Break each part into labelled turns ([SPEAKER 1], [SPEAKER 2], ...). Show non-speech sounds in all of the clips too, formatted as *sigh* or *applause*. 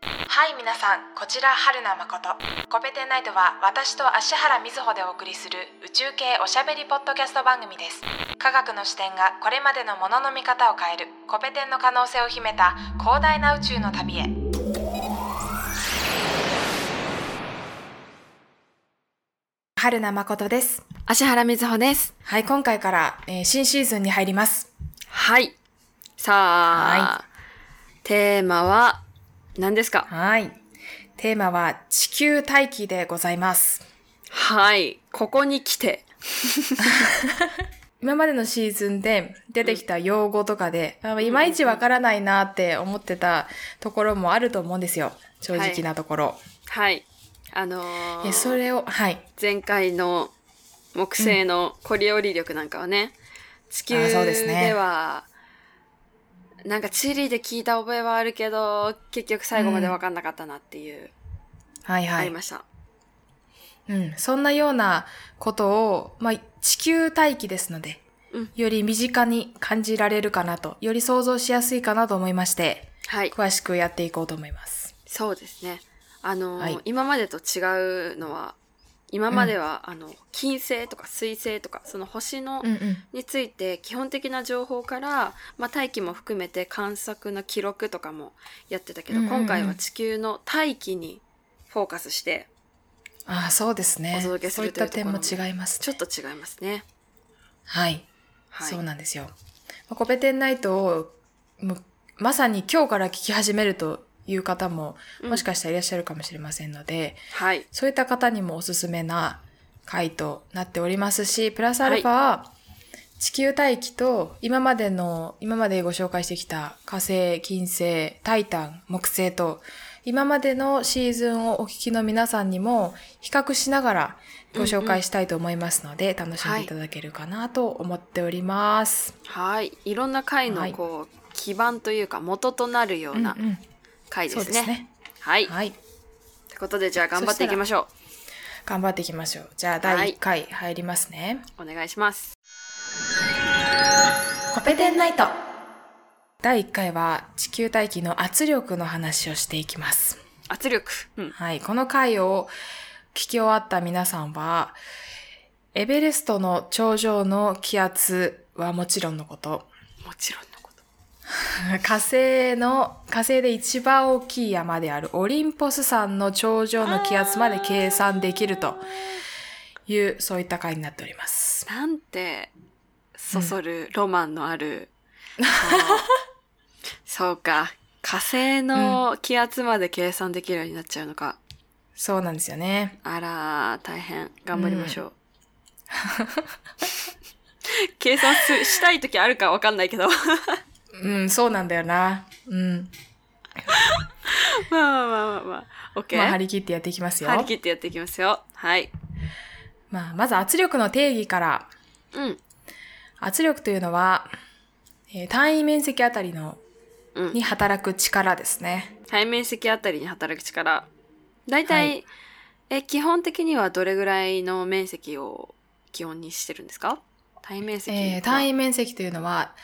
[SPEAKER 1] はい皆さんこちら春名誠コペテンナイトは私と芦原瑞穂でお送りする宇宙系おしゃべりポッドキャスト番組です科学の視点がこれまでのものの見方を変えるコペテンの可能性を秘めた広大な宇宙の旅へ春名誠です
[SPEAKER 2] 芦原瑞穂です。
[SPEAKER 1] はい今回から、えー新シーズンに入ります
[SPEAKER 2] はい。さあ、テーマは何ですか
[SPEAKER 1] はいテーマは地球大気でございます
[SPEAKER 2] はい。ここに来て。
[SPEAKER 1] 今までのシーズンで出てきた用語とかで、あいまいちわからないなって思ってたところもあると思うんですよ。正直なところ。
[SPEAKER 2] はい。あのー
[SPEAKER 1] えそれを、はい。
[SPEAKER 2] 前回の木星のコリオリ力なんかはね、地球
[SPEAKER 1] あそうですね
[SPEAKER 2] では、なんか地理で聞いた覚えはあるけど、結局最後まで分かんなかったなっていう、
[SPEAKER 1] はいは
[SPEAKER 2] あり
[SPEAKER 1] い。
[SPEAKER 2] ました。
[SPEAKER 1] うん。そんなようなことを、まあ、地球大気ですので、
[SPEAKER 2] うん
[SPEAKER 1] より身近に感じられるかなと、より想像しやすいかなと思いまして、
[SPEAKER 2] はい。
[SPEAKER 1] 詳しくやっていこうと思います。
[SPEAKER 2] そうですね。あの、
[SPEAKER 1] はい
[SPEAKER 2] 今までと違うのは、今までは、あの、金星とか水星とか、その星の、
[SPEAKER 1] うんうん。
[SPEAKER 2] について基本的な情報から、まあ、大気も含めて観測の記録とかもやってたけど、
[SPEAKER 1] うんうんうん
[SPEAKER 2] 今回は地球の大気にフォーカスして、
[SPEAKER 1] ああ、そうですね。
[SPEAKER 2] お届けするというところも
[SPEAKER 1] そういった点も違います、ね。
[SPEAKER 2] ちょっと違いますね。
[SPEAKER 1] はい。
[SPEAKER 2] はい。
[SPEAKER 1] そうなんですよ。まあコペテンナイトをむまさに今日から聞き始めるという方も
[SPEAKER 2] うん
[SPEAKER 1] もしかしたらいらっしゃるかもしれませんので、
[SPEAKER 2] はい。
[SPEAKER 1] そういった方にもおすすめな回となっておりますし、プラスアルファ、地球大気と今までの、今までご紹介してきた火星、金星、タイタン、木星と、今までのシーズンをお聞きの皆さんにも比較しながらご紹介したいと思いますので、楽しんでいただけるかなと思っております。
[SPEAKER 2] はい。いろんな回
[SPEAKER 1] は
[SPEAKER 2] の、
[SPEAKER 1] い
[SPEAKER 2] こう、基盤というか、元となるような
[SPEAKER 1] うんうん
[SPEAKER 2] 回
[SPEAKER 1] そ
[SPEAKER 2] で
[SPEAKER 1] う
[SPEAKER 2] す
[SPEAKER 1] で
[SPEAKER 2] ね。
[SPEAKER 1] すね。
[SPEAKER 2] はい。
[SPEAKER 1] はい。
[SPEAKER 2] ということで、じゃあ頑張っていきましょ
[SPEAKER 1] 頑張っていきましょう。じゃあ
[SPEAKER 2] は
[SPEAKER 1] 第
[SPEAKER 2] い
[SPEAKER 1] 1回入りますね。
[SPEAKER 2] う。お願いします。
[SPEAKER 1] コペテンナイト。第1回は地球大気の圧力の話をしていきます。
[SPEAKER 2] 圧力。うん。
[SPEAKER 1] はい。この回を聞き終わった皆さんは、エベレストの頂上の気圧はもちろんのこと、 *laughs*
[SPEAKER 2] もちろんのこと。
[SPEAKER 1] 火星の、火星で一番大きい山であるオリンポス山の頂上の気圧まで計算できるという、そういった回になっております。
[SPEAKER 2] なんて、そそるロマンの
[SPEAKER 1] *laughs*
[SPEAKER 2] ある。こうそうか。火星の気圧まで計算できるようになっちゃうのか。
[SPEAKER 1] そうなんですよね。
[SPEAKER 2] あらー、大変。頑張りましょう。計算すしたい時あるかわかんないけど。 *laughs*
[SPEAKER 1] うん、そうなんだよな。うん。
[SPEAKER 2] まあまあまあまあ。OK。
[SPEAKER 1] まあ、張り切ってやっていきますよ。
[SPEAKER 2] 張り切ってやっていきますよ。はい。
[SPEAKER 1] まあ、まず圧力の定義から。
[SPEAKER 2] うん。
[SPEAKER 1] 圧力というのは、えー単位面積あたりの、
[SPEAKER 2] うん
[SPEAKER 1] に働く力ですね。
[SPEAKER 2] 対面積あたりに働く力大体、
[SPEAKER 1] は
[SPEAKER 2] え基本的にはどれぐらいの面積を基本にしてるんですか対面積は、
[SPEAKER 1] えー単位面積というのは、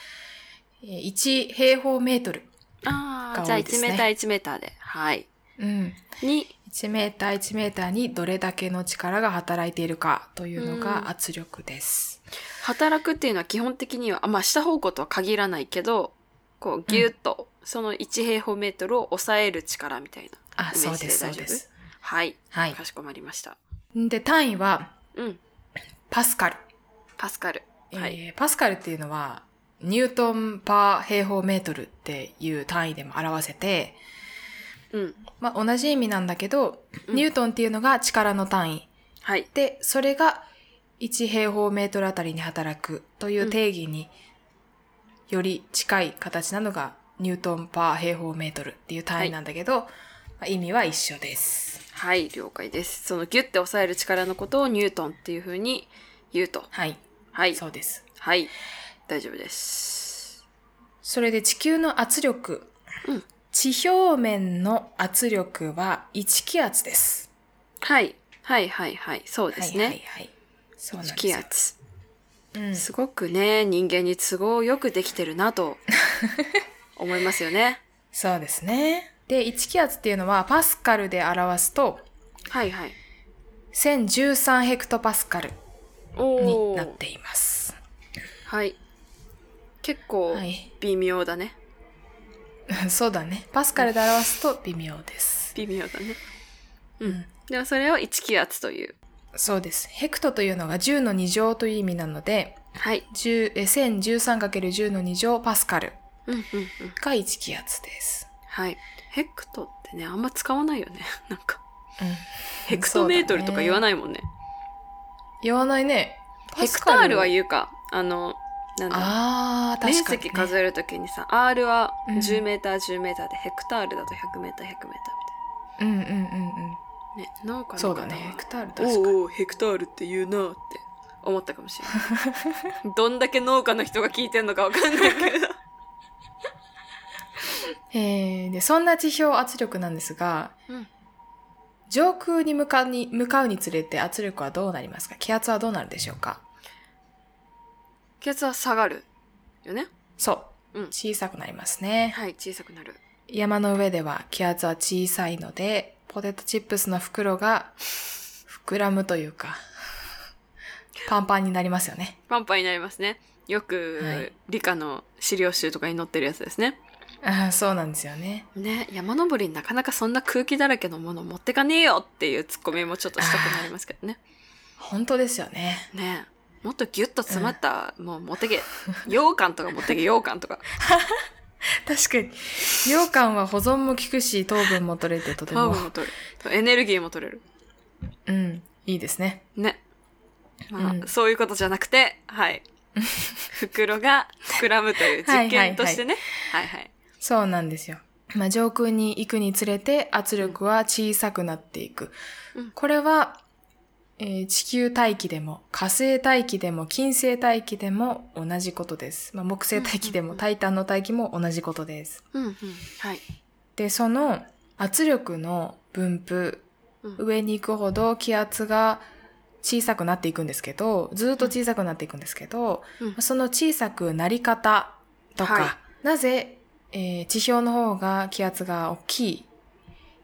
[SPEAKER 1] えー1平方メートル。
[SPEAKER 2] あ
[SPEAKER 1] が
[SPEAKER 2] あじ
[SPEAKER 1] 多
[SPEAKER 2] ゃあ
[SPEAKER 1] いです
[SPEAKER 2] 1
[SPEAKER 1] ね
[SPEAKER 2] メーター1メーターではい
[SPEAKER 1] うん。
[SPEAKER 2] に
[SPEAKER 1] 1メーター1メーターにどれだけの力が働いているかというの
[SPEAKER 2] うん
[SPEAKER 1] が圧力です。
[SPEAKER 2] 働くっていうのは基本的にはあまあ下方向とは限らないけどこうギュッとその1平方メートルを抑える力みたいな
[SPEAKER 1] あ、
[SPEAKER 2] イメ
[SPEAKER 1] そ
[SPEAKER 2] ー
[SPEAKER 1] う
[SPEAKER 2] ジ
[SPEAKER 1] で、
[SPEAKER 2] です
[SPEAKER 1] そ
[SPEAKER 2] 大
[SPEAKER 1] う
[SPEAKER 2] 丈夫
[SPEAKER 1] です。
[SPEAKER 2] はい
[SPEAKER 1] はい。
[SPEAKER 2] かしこまりました
[SPEAKER 1] で、単位は
[SPEAKER 2] うん
[SPEAKER 1] パスカル。
[SPEAKER 2] パスカルはい
[SPEAKER 1] えーパスカルっていうのは、ニュートンパー平方メートルっていう単位でも表せて、
[SPEAKER 2] うん
[SPEAKER 1] まあ、同じ意味なんだけど、
[SPEAKER 2] うん
[SPEAKER 1] ニュートンっていうのが力の単位
[SPEAKER 2] はい
[SPEAKER 1] で、それが1平方メートルあたりに働くという定義により近い形なのが、ニュートンパー平方メートルっていう単位なんだけど、まあ意味は一緒です。
[SPEAKER 2] はい、了解です。そのギュッて抑える力のことをニュートンっていう風に言うと。
[SPEAKER 1] はい、
[SPEAKER 2] はい。
[SPEAKER 1] そうです。
[SPEAKER 2] はい。大丈夫です。
[SPEAKER 1] それで地球の圧力、
[SPEAKER 2] うん
[SPEAKER 1] 地表面の圧力は1気圧です。
[SPEAKER 2] はい。はいはいはい。そうです
[SPEAKER 1] はい
[SPEAKER 2] ね。
[SPEAKER 1] はいはい。そうなん
[SPEAKER 2] 地
[SPEAKER 1] です
[SPEAKER 2] 気
[SPEAKER 1] よ。
[SPEAKER 2] 圧。
[SPEAKER 1] うん
[SPEAKER 2] すごくね、人
[SPEAKER 1] *laughs*
[SPEAKER 2] 間に都合よくできてるなと思いますよね。
[SPEAKER 1] そうですね。で、1気圧っていうのはパスカルで表すと、
[SPEAKER 2] はいはい。
[SPEAKER 1] 1013ヘクトパスカル
[SPEAKER 2] お
[SPEAKER 1] になっ
[SPEAKER 2] お。
[SPEAKER 1] ています。
[SPEAKER 2] はい。結構
[SPEAKER 1] はい。 *laughs*
[SPEAKER 2] 微妙だね。
[SPEAKER 1] そうだね。パスカルで表すと微妙です。
[SPEAKER 2] 微妙だね。う
[SPEAKER 1] うんん。
[SPEAKER 2] でもそれを1気圧という。
[SPEAKER 1] そうです。ヘクトというのが10の2乗という意味なので、
[SPEAKER 2] はい。
[SPEAKER 1] 10え 1013×10 の2乗パスカル
[SPEAKER 2] うんうんうん。
[SPEAKER 1] が1気圧です。
[SPEAKER 2] はい。ヘクトってね、あんま使わないよね。 *laughs* なんか。
[SPEAKER 1] うん
[SPEAKER 2] ヘクトメートルとか言わないもんね。
[SPEAKER 1] 言わないね。
[SPEAKER 2] ヘクタールは
[SPEAKER 1] う。
[SPEAKER 2] 言うか。あの、なんだ
[SPEAKER 1] あー、
[SPEAKER 2] 面
[SPEAKER 1] 確かに、
[SPEAKER 2] 積数えるときにさ、R は
[SPEAKER 1] うん
[SPEAKER 2] 10メーター10メーターで、ヘクタールだと100メーター100メーターみたい
[SPEAKER 1] うんうんうん
[SPEAKER 2] な。ね、
[SPEAKER 1] う
[SPEAKER 2] 農家の
[SPEAKER 1] ん。
[SPEAKER 2] 方
[SPEAKER 1] そうだね。
[SPEAKER 2] は
[SPEAKER 1] ヘクタール確か
[SPEAKER 2] お
[SPEAKER 1] に。
[SPEAKER 2] うおうヘクタールって言うなって思ったかもしれ
[SPEAKER 1] *laughs*
[SPEAKER 2] ない。どんだけ農家の人が聞いてんのかわかんないけど。
[SPEAKER 1] えー、で、そんな地表圧力なんですが、
[SPEAKER 2] うん
[SPEAKER 1] 上空に向かうに向かうにつれて圧力はどうなりますか気圧はどうなるでしょうか
[SPEAKER 2] 気圧は下がるよね。
[SPEAKER 1] そう、
[SPEAKER 2] うん
[SPEAKER 1] 小さくなりますね。
[SPEAKER 2] *laughs* はい、小さくなる。
[SPEAKER 1] 山の上では気圧は小さいので、ポテトチップスの袋が膨らむというか、パンパンになりますよね。
[SPEAKER 2] パンパンになりますね。よく、
[SPEAKER 1] はい
[SPEAKER 2] 理科の資料集とかに載ってるやつですね。
[SPEAKER 1] あーそうなんですよね。
[SPEAKER 2] ね、山登りになかなかそんな空気だらけのもの持ってかねえよっていうツッコミもちょっとしたくなりますけどね。
[SPEAKER 1] 本当ですよね。
[SPEAKER 2] ねもっとギュッと詰まった、もう持ってけ。羊羹とか持ってけ、羊羹 *laughs* とか。
[SPEAKER 1] 確かに。羊羹は保存も効くし、糖分も取れてとて
[SPEAKER 2] パ
[SPEAKER 1] も
[SPEAKER 2] ワー、も取れる。エネルギーも取れる。
[SPEAKER 1] うん、いいですね。
[SPEAKER 2] ね。まあ、
[SPEAKER 1] うん
[SPEAKER 2] そういうことじゃなくて、 *laughs* はい。袋が膨らむという実験としてね。はいはい
[SPEAKER 1] そうなんですよ。まあ、上空に行くにつれて圧力は小さくなっていく。
[SPEAKER 2] うん
[SPEAKER 1] これは、えー地球大気でも火星大気でも金星大気でも同じことです。まあ、木星大気で
[SPEAKER 2] うんうん
[SPEAKER 1] も
[SPEAKER 2] うん
[SPEAKER 1] タイタンの大気も同じことです。
[SPEAKER 2] うんうん。はい。
[SPEAKER 1] で、その圧力の分布、
[SPEAKER 2] うん
[SPEAKER 1] 上に行くほど気圧が小さくなっていくんですけど、ずっと小さくなっていくんですけど、
[SPEAKER 2] うん
[SPEAKER 1] その小さくなり方とか、
[SPEAKER 2] はい
[SPEAKER 1] なぜ、えー地表の方が気圧が大きい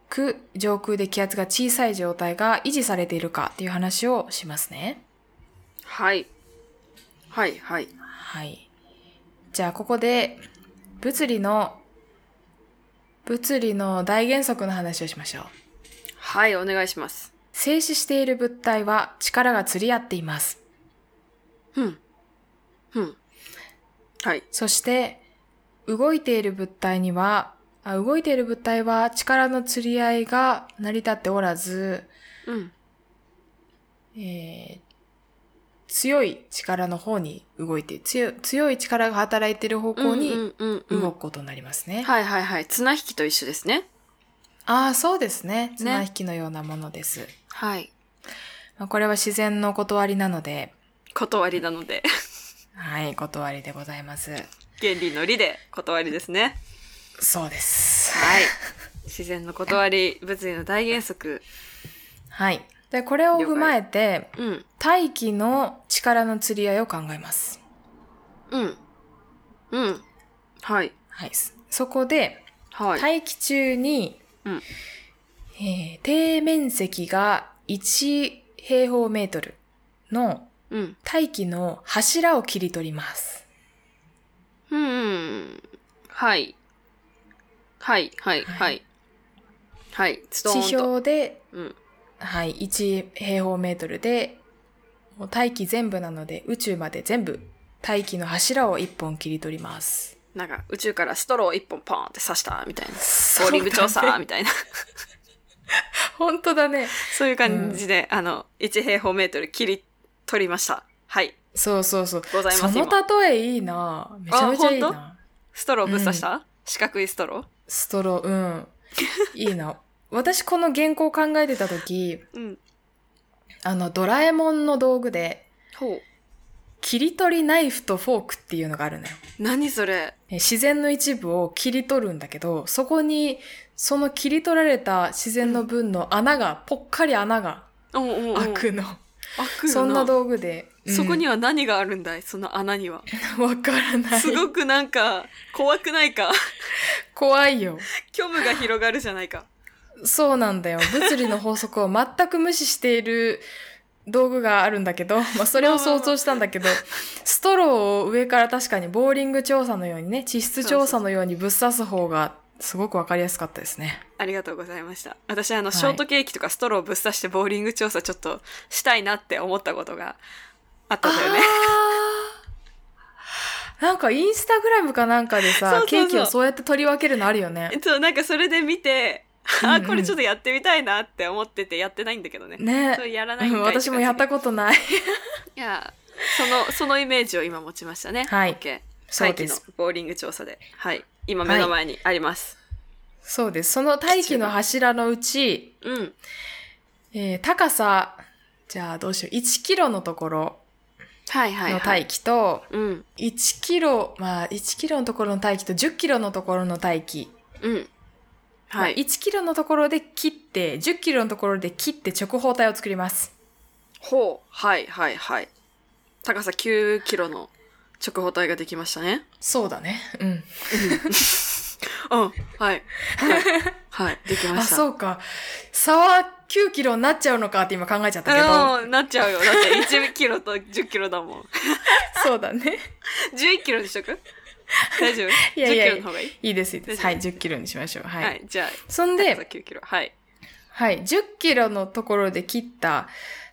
[SPEAKER 1] く、上空で気圧が小さい状態が維持されているかっていう話をしますね。
[SPEAKER 2] はい。はいはい。
[SPEAKER 1] はい。じゃあ、ここで、物理の、物理の大原則の話をしましょう。
[SPEAKER 2] はい、お願いします。
[SPEAKER 1] 静止している物体は力が釣り合っています。
[SPEAKER 2] うん。うん。はい。
[SPEAKER 1] そして、動いている物体には、あ動いている物体は力の釣り合いが成り立っておらず、
[SPEAKER 2] うん。
[SPEAKER 1] えー強い力の方に動いて強い、強い力が働いている方向に動
[SPEAKER 2] 動
[SPEAKER 1] くことになりますね。
[SPEAKER 2] はいはいはい。綱引きと一緒ですね。
[SPEAKER 1] ああ、そうですね。綱引きのようなものです。
[SPEAKER 2] はい。
[SPEAKER 1] まあこれは自然の断りなので、
[SPEAKER 2] 断りなので、
[SPEAKER 1] はい、断りでございます。
[SPEAKER 2] 原理の理で断りですね。
[SPEAKER 1] そうです。
[SPEAKER 2] はい。自然の断り、物理の大原則。
[SPEAKER 1] はい。で、これを踏まえて、
[SPEAKER 2] うん。
[SPEAKER 1] 大気の力の釣り合いを考えます。
[SPEAKER 2] うん。うん。はい。
[SPEAKER 1] はい。そこで、
[SPEAKER 2] はい。
[SPEAKER 1] 大気中に、
[SPEAKER 2] うん
[SPEAKER 1] えー底面積が1平方メートルの
[SPEAKER 2] うん。
[SPEAKER 1] 大気の柱を切り取ります。
[SPEAKER 2] うんうん。はい。はい、はい、
[SPEAKER 1] は
[SPEAKER 2] はい。はい、ストーンと。
[SPEAKER 1] 地表で、
[SPEAKER 2] うん。
[SPEAKER 1] はい、1平方メートルで、もう大気全部なので、宇宙まで全部、大気の柱を1本切り取ります。
[SPEAKER 2] なんか、宇宙からストロー一本ポンって刺した、みたいな。ボーリング調
[SPEAKER 1] そうだね
[SPEAKER 2] 査、みたいな。
[SPEAKER 1] 本当だね。
[SPEAKER 2] *laughs* そういう感じで、あの、1平方メートル切り取りました。はい。
[SPEAKER 1] そうそうそう。
[SPEAKER 2] ございます
[SPEAKER 1] その例えいいなめちゃめちゃいい
[SPEAKER 2] あ
[SPEAKER 1] な。
[SPEAKER 2] ストローぶっ刺した、四角いストロー
[SPEAKER 1] ストロー、うん。いいな。私この原稿を考えてた時、
[SPEAKER 2] うん。
[SPEAKER 1] あの、ドラえもんの道具で、
[SPEAKER 2] ほう。
[SPEAKER 1] 切り取りナイフとフォークっていうのがあるのよ。
[SPEAKER 2] 何それ
[SPEAKER 1] え自然の一部を切り取るんだけど、そこに、その切り取られた自然の分の穴が、ぽっかり穴が
[SPEAKER 2] おうおうおう
[SPEAKER 1] 開くの。
[SPEAKER 2] 悪よ
[SPEAKER 1] そんな道具で。
[SPEAKER 2] そこに
[SPEAKER 1] は、
[SPEAKER 2] は何があるんだいその穴には。
[SPEAKER 1] *laughs* わからない。
[SPEAKER 2] すごくなんか、怖くないか *laughs*
[SPEAKER 1] 怖いよ。
[SPEAKER 2] 虚無が広がるじゃないか。
[SPEAKER 1] そうなんだよ。物理の法則を全く無視している道具があるんだけど、
[SPEAKER 2] *laughs*
[SPEAKER 1] まあ、それを想像したんだけど、ストローを上から確かにボーリング調査のようにね、地質調査のようにぶっ刺す方がすごくわかりやすかったですね。
[SPEAKER 2] ありがとうございました。私、あの、
[SPEAKER 1] い
[SPEAKER 2] ショートケーキとかストローをぶっ刺してボーリング調査ちょっとしたいなって思ったことがあったんだよね。
[SPEAKER 1] あーなんかインスタグラムかなんかでさ
[SPEAKER 2] そうそうそう
[SPEAKER 1] ケーキをそうやって取り分けるのあるよね。
[SPEAKER 2] そう、なんかそれで見て、
[SPEAKER 1] う
[SPEAKER 2] *laughs* あ、
[SPEAKER 1] んうん
[SPEAKER 2] これちょっとやってみたいなって思っててやってないんだけどね。
[SPEAKER 1] ね
[SPEAKER 2] そ。うやらな
[SPEAKER 1] う
[SPEAKER 2] いんか
[SPEAKER 1] ん
[SPEAKER 2] いって感じ
[SPEAKER 1] 私もやったことない。
[SPEAKER 2] いや、その、そのイメージを今持ちましたね。
[SPEAKER 1] はい
[SPEAKER 2] OK
[SPEAKER 1] そう
[SPEAKER 2] 大
[SPEAKER 1] で
[SPEAKER 2] 気の
[SPEAKER 1] す。
[SPEAKER 2] ボーリング調査で。はい。今目の前にあります。
[SPEAKER 1] そうです。その大気の柱のうち、
[SPEAKER 2] うん。
[SPEAKER 1] えー高さ、じゃあどうしよう、1キロのところ
[SPEAKER 2] はいはい、
[SPEAKER 1] の
[SPEAKER 2] はい。
[SPEAKER 1] 大気と、
[SPEAKER 2] うん。
[SPEAKER 1] 1キロ、まあ1キロのところの大気と10キロのところの大気。
[SPEAKER 2] うん。
[SPEAKER 1] まあ
[SPEAKER 2] はい。
[SPEAKER 1] 1キロのところで切って、10キロのところで切って直方体を作ります。
[SPEAKER 2] ほう。はいはいはい。高さ9キロの直方体ができましたね。
[SPEAKER 1] そうだね。うん。
[SPEAKER 2] うん。はい。はい。はい。できま
[SPEAKER 1] あ、
[SPEAKER 2] した。う
[SPEAKER 1] そうか。差は9キロになっちゃうのかって今考えちゃったけど。
[SPEAKER 2] ん、なっちゃうよ。だって1キロと10キロだもん。 *laughs*
[SPEAKER 1] そうだね。
[SPEAKER 2] 11キロにしとく大丈夫
[SPEAKER 1] いやいや
[SPEAKER 2] ?10 キロの方がいい
[SPEAKER 1] いいです、いい
[SPEAKER 2] *laughs*
[SPEAKER 1] です。は
[SPEAKER 2] 大
[SPEAKER 1] い、
[SPEAKER 2] 丈
[SPEAKER 1] 10キロにしましょう。はい。
[SPEAKER 2] はい。じゃあ、
[SPEAKER 1] そん
[SPEAKER 2] 高さ
[SPEAKER 1] で、
[SPEAKER 2] 9キロ。はい。
[SPEAKER 1] はい、10キロのところで切った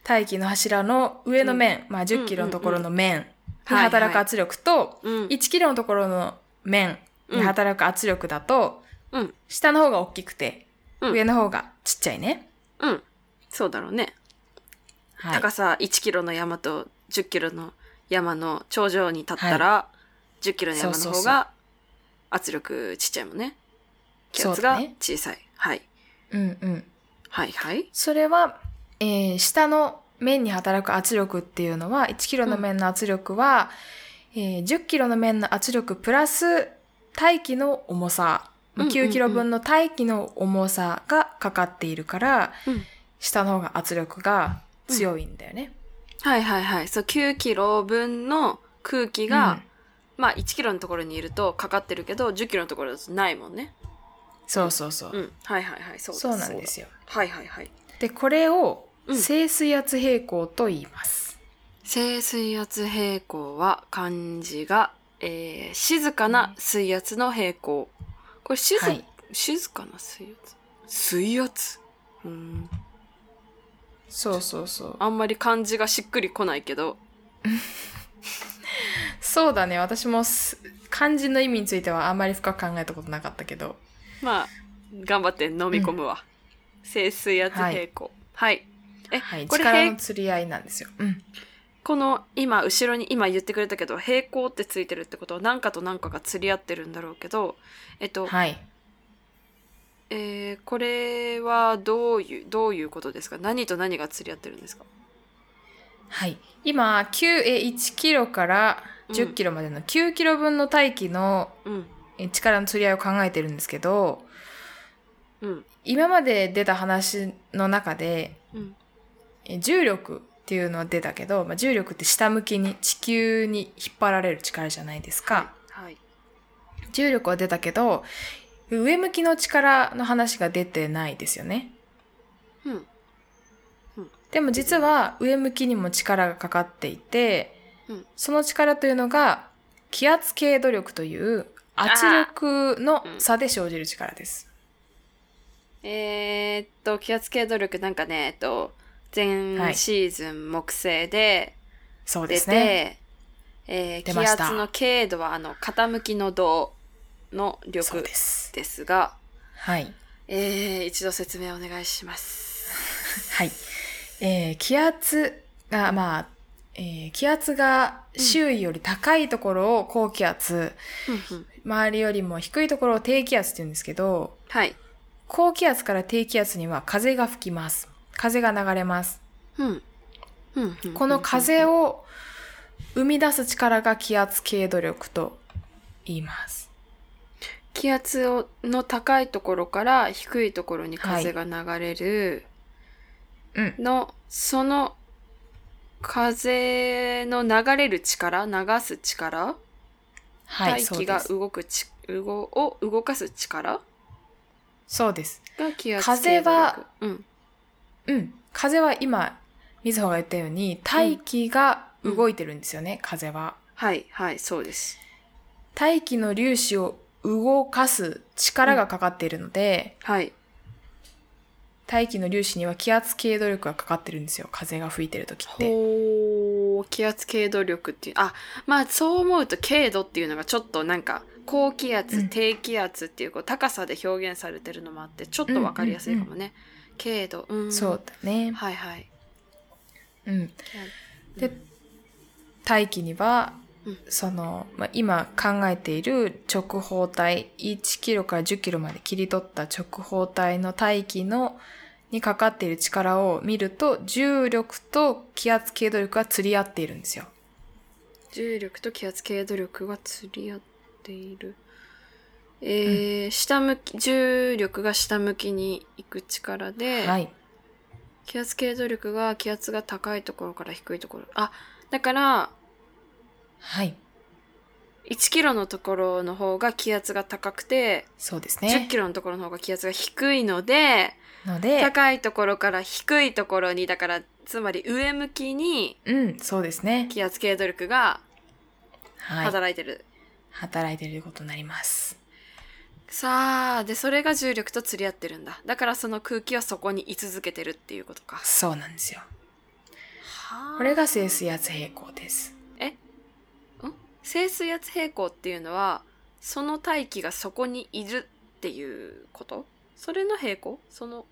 [SPEAKER 1] 大気の柱の上の面、まあ10キロのところの面に働く圧力と、
[SPEAKER 2] うん。
[SPEAKER 1] 1キロのところの面に働く圧力だと、
[SPEAKER 2] うん
[SPEAKER 1] 下の方が大きくて、
[SPEAKER 2] うん
[SPEAKER 1] 上の方がちっちゃいね。
[SPEAKER 2] うん。そうだろうね。
[SPEAKER 1] はい、
[SPEAKER 2] 高さ1キロの山と10キロの山の頂上に立ったら、10キロの山の
[SPEAKER 1] そうそう
[SPEAKER 2] 方
[SPEAKER 1] そう
[SPEAKER 2] が圧力ちっちゃいもんね。気
[SPEAKER 1] そう
[SPEAKER 2] 圧
[SPEAKER 1] だ
[SPEAKER 2] が
[SPEAKER 1] ね
[SPEAKER 2] 小さい。はい。
[SPEAKER 1] うんうん。
[SPEAKER 2] はいはい。
[SPEAKER 1] それは、えー下の面に働く圧力っていうのは、1キロの面の圧力は、えー10キロの面の圧力プラス大気の重さ、
[SPEAKER 2] うんうんうん
[SPEAKER 1] 9キロ分の大気の重さがかかっているから、
[SPEAKER 2] うん
[SPEAKER 1] 下の方が圧力が強いんだよね。
[SPEAKER 2] はいはいはい。そう、9キロ分の空気が、まあ1キロのところにいるとかかってるけど、10キロのところだとないもんね。
[SPEAKER 1] そうそうそう。
[SPEAKER 2] うん。はいはいはい。そうだ
[SPEAKER 1] そうなんですよ。
[SPEAKER 2] そうだはいはいはい。
[SPEAKER 1] で、これを
[SPEAKER 2] うん
[SPEAKER 1] 静水圧平衡と言います。
[SPEAKER 2] 静水圧平衡は漢字が、えー静かな水圧の平衡。これ静、
[SPEAKER 1] はい。
[SPEAKER 2] 静かな水圧水圧うーん。
[SPEAKER 1] そうそうそう。
[SPEAKER 2] あんまり漢字がしっくりこないけど。
[SPEAKER 1] そうだね。私もす漢字の意味についてはあんまり深く考えたことなかったけど。
[SPEAKER 2] まあ、頑張って飲み込むわ。静水圧平衡。はい。え、
[SPEAKER 1] はい。
[SPEAKER 2] これ
[SPEAKER 1] 力の
[SPEAKER 2] 平、
[SPEAKER 1] 釣り合いなんですよ。うん。
[SPEAKER 2] この今、後ろに今言ってくれたけど、平衡ってついてるってことは何かと何かが釣り合ってるんだろうけど、えっと、
[SPEAKER 1] はい。
[SPEAKER 2] えーこれはどういう、どういうことですか何と何が釣り合ってるんですか
[SPEAKER 1] はい。今、9え1キロから10キロまでの9キロ分の大気の
[SPEAKER 2] うん。
[SPEAKER 1] え力の釣り合いを考えてるんですけど、
[SPEAKER 2] うん。
[SPEAKER 1] 今まで出た話の中で、
[SPEAKER 2] うん。
[SPEAKER 1] え重力っていうのは出たけど、まあ、重力って下向きに地球に引っ張られる力じゃないですか、
[SPEAKER 2] はい。
[SPEAKER 1] 重力は出たけど上向きの力の話が出てないですよね
[SPEAKER 2] うん。
[SPEAKER 1] でも実は上向きにも力がかかっていて、
[SPEAKER 2] うん
[SPEAKER 1] その力というのが気圧経度力という圧力の差で生じる力です、
[SPEAKER 2] えーっと、気圧系努力なんかね、えっと、
[SPEAKER 1] は
[SPEAKER 2] 前
[SPEAKER 1] い
[SPEAKER 2] シーズン木星で
[SPEAKER 1] そうで
[SPEAKER 2] 出
[SPEAKER 1] す
[SPEAKER 2] て、
[SPEAKER 1] ね
[SPEAKER 2] えー
[SPEAKER 1] 出
[SPEAKER 2] 気
[SPEAKER 1] ました
[SPEAKER 2] 圧の経度はあの傾きの度の
[SPEAKER 1] そう
[SPEAKER 2] 力
[SPEAKER 1] です
[SPEAKER 2] ですが、
[SPEAKER 1] はい
[SPEAKER 2] えー、一度説明お願いします。
[SPEAKER 1] はい。えー気圧が、まあ、えー気圧が周囲より高いところを高気圧、
[SPEAKER 2] うんうん
[SPEAKER 1] 周りよりも低いところを低気圧って言うんですけど、
[SPEAKER 2] はい。
[SPEAKER 1] 高気圧から低気圧には風が吹きます。風が流れます。
[SPEAKER 2] うんうんうん
[SPEAKER 1] この風を生み出す力が気圧経度力と言います。
[SPEAKER 2] 気圧をの高いところから低いところに風が流れる
[SPEAKER 1] うん。
[SPEAKER 2] の、その風の流れる力、流す力、
[SPEAKER 1] はい、
[SPEAKER 2] 大
[SPEAKER 1] そ
[SPEAKER 2] 気
[SPEAKER 1] う
[SPEAKER 2] が
[SPEAKER 1] です。
[SPEAKER 2] 動くち、動を動かす力
[SPEAKER 1] そうです。
[SPEAKER 2] が気圧
[SPEAKER 1] 風は
[SPEAKER 2] 系動力、うん、
[SPEAKER 1] うん。風は今、みずほが言ったように、大気が動いてるんですよね、風は。
[SPEAKER 2] はい、はい、そうです。
[SPEAKER 1] 大気の粒子を動かす力がかかっているので、
[SPEAKER 2] はい、
[SPEAKER 1] 大気の粒子には気圧系動力がかかってるんですよ。風が吹いてる時って。
[SPEAKER 2] ほう、気圧経度力っていう、あ、まあそう思うと経度っていうのがちょっとなんか、高気
[SPEAKER 1] う
[SPEAKER 2] 圧、
[SPEAKER 1] ん
[SPEAKER 2] 低気圧っていうこう高さで表現されてるのもあって、ちょっとわかりやすいかもね。経度、うん。
[SPEAKER 1] そう。だね。
[SPEAKER 2] はいはい。
[SPEAKER 1] うん。で
[SPEAKER 2] うん、
[SPEAKER 1] 大気には、
[SPEAKER 2] うん
[SPEAKER 1] その、まあ、今考えている直方体1キロから1 0キロまで切り取った直方体の大気のにかかっている力を見ると重力と気圧経度力が釣り合っているんですよ。
[SPEAKER 2] 重力と気圧経度力が釣り合っている。えー下向き、重力が下向きに行く力で、
[SPEAKER 1] はい。
[SPEAKER 2] 気圧経度力が気圧が高いところから低いところ。あ、だから、
[SPEAKER 1] はい。
[SPEAKER 2] 1キロのところの方が気圧が高くて、
[SPEAKER 1] そうです
[SPEAKER 2] 10
[SPEAKER 1] ね。
[SPEAKER 2] キロのところの方が気圧が低いので、
[SPEAKER 1] ので、
[SPEAKER 2] 高いところから低いところに、だから、つまり上向きに
[SPEAKER 1] うん、そうですね。
[SPEAKER 2] 気圧経度力が
[SPEAKER 1] はい。
[SPEAKER 2] 働いてる。
[SPEAKER 1] 働いていることになります。
[SPEAKER 2] さあ、で、それが重力と釣り合ってるんだ。だからその空気はそこに居続けてるっていうことか。
[SPEAKER 1] そうなんですよ。
[SPEAKER 2] はあ
[SPEAKER 1] これが静水圧平衡です。
[SPEAKER 2] 静水圧平衡っていうのは、その大気がそこにいるっていうことそれの平衡その、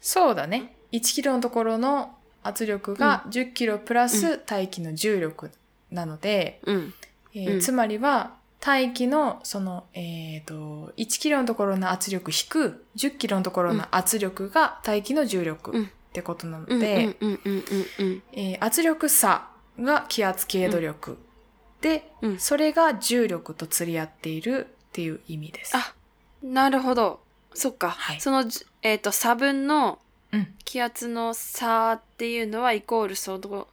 [SPEAKER 1] そうだね。1キロのところの圧力が10キロプラス大気の重力なので、
[SPEAKER 2] うん。
[SPEAKER 1] えー
[SPEAKER 2] うん
[SPEAKER 1] つまりは大気のその、えー、と1キロのところの圧力引く10キロのところの圧力が大気の重力
[SPEAKER 2] うん
[SPEAKER 1] ってことなので、
[SPEAKER 2] うん、うん、うん、うん、うん。
[SPEAKER 1] えー圧力差が気圧経度力、で、
[SPEAKER 2] うん
[SPEAKER 1] それが重力と釣り合っているっていう意味です。
[SPEAKER 2] あなるほど。そっか。
[SPEAKER 1] はい
[SPEAKER 2] そのじ、えっ、と、差分の
[SPEAKER 1] うん
[SPEAKER 2] 気圧の差っていうのは、イコールその、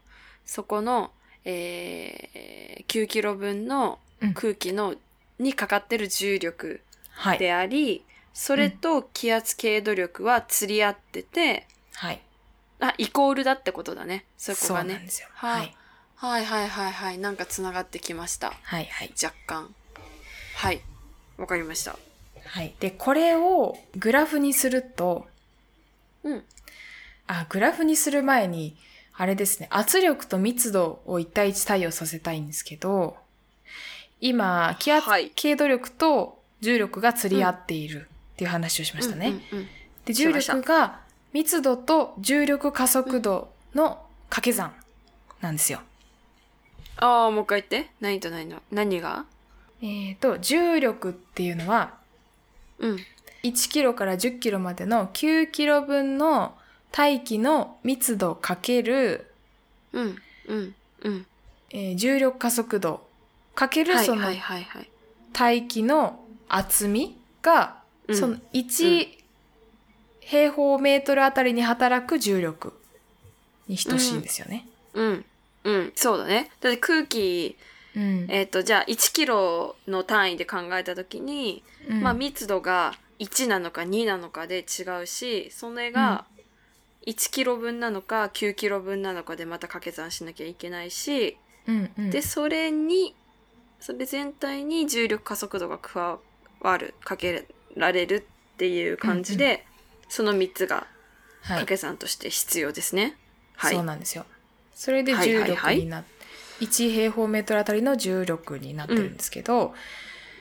[SPEAKER 2] そこの、えー、9キロ分の
[SPEAKER 1] うん
[SPEAKER 2] 空気の、にかかってる重力
[SPEAKER 1] はい、
[SPEAKER 2] であり、それと気圧経度力は釣り合ってて、
[SPEAKER 1] はい、
[SPEAKER 2] あ、イコールだってことだね。そこが
[SPEAKER 1] うなん
[SPEAKER 2] ね。
[SPEAKER 1] ですよ。
[SPEAKER 2] はあ
[SPEAKER 1] はい、
[SPEAKER 2] はいはいはいはい。なんか繋がってきました。
[SPEAKER 1] はい、はい。
[SPEAKER 2] 若干。はい。わかりました。
[SPEAKER 1] はい。で、これをグラフにすると、
[SPEAKER 2] うん。
[SPEAKER 1] あ、グラフにする前に、あれですね、圧力と密度を1対1対応させたいんですけど、今、気圧
[SPEAKER 2] はい、
[SPEAKER 1] 経度力と重力が釣り合っているっていう話をしましたね。
[SPEAKER 2] うんうんうん
[SPEAKER 1] で、
[SPEAKER 2] し
[SPEAKER 1] 重
[SPEAKER 2] ました
[SPEAKER 1] 力が密度と重力加速度の掛け算なんですよ。
[SPEAKER 2] ああ、もう一回言って。何と何の。何が
[SPEAKER 1] えっ、と、重力っていうのは、
[SPEAKER 2] うん。
[SPEAKER 1] 1キロから10キロまでの9キロ分の大気の密度かける、
[SPEAKER 2] うん。うん。うん。
[SPEAKER 1] えー重力加速度かける
[SPEAKER 2] はい
[SPEAKER 1] その
[SPEAKER 2] はいはいはい。
[SPEAKER 1] 大気の厚みが、
[SPEAKER 2] うん
[SPEAKER 1] その1平方メートルあたりに働く重力に等しいんですよね。
[SPEAKER 2] うん。うん。そうだね。だって空気、
[SPEAKER 1] うん
[SPEAKER 2] えっ、と、じゃあ1キロの単位で考えたときに、まあ密度が1なのか2なのかで違うし、それが1キロ分なのか9キロ分なのかでまた掛け算しなきゃいけないし、
[SPEAKER 1] うんうん
[SPEAKER 2] で、それに、それ全体に重力加速度が加わる、かけられるっていう感じで、その3つが
[SPEAKER 1] は
[SPEAKER 2] 掛
[SPEAKER 1] い
[SPEAKER 2] け算として必要ですね。はい。
[SPEAKER 1] そうなんですよ。それで
[SPEAKER 2] はい
[SPEAKER 1] 重
[SPEAKER 2] はいは
[SPEAKER 1] 力
[SPEAKER 2] い
[SPEAKER 1] になっ、1平方メートルあたりの重力になってるんですけど、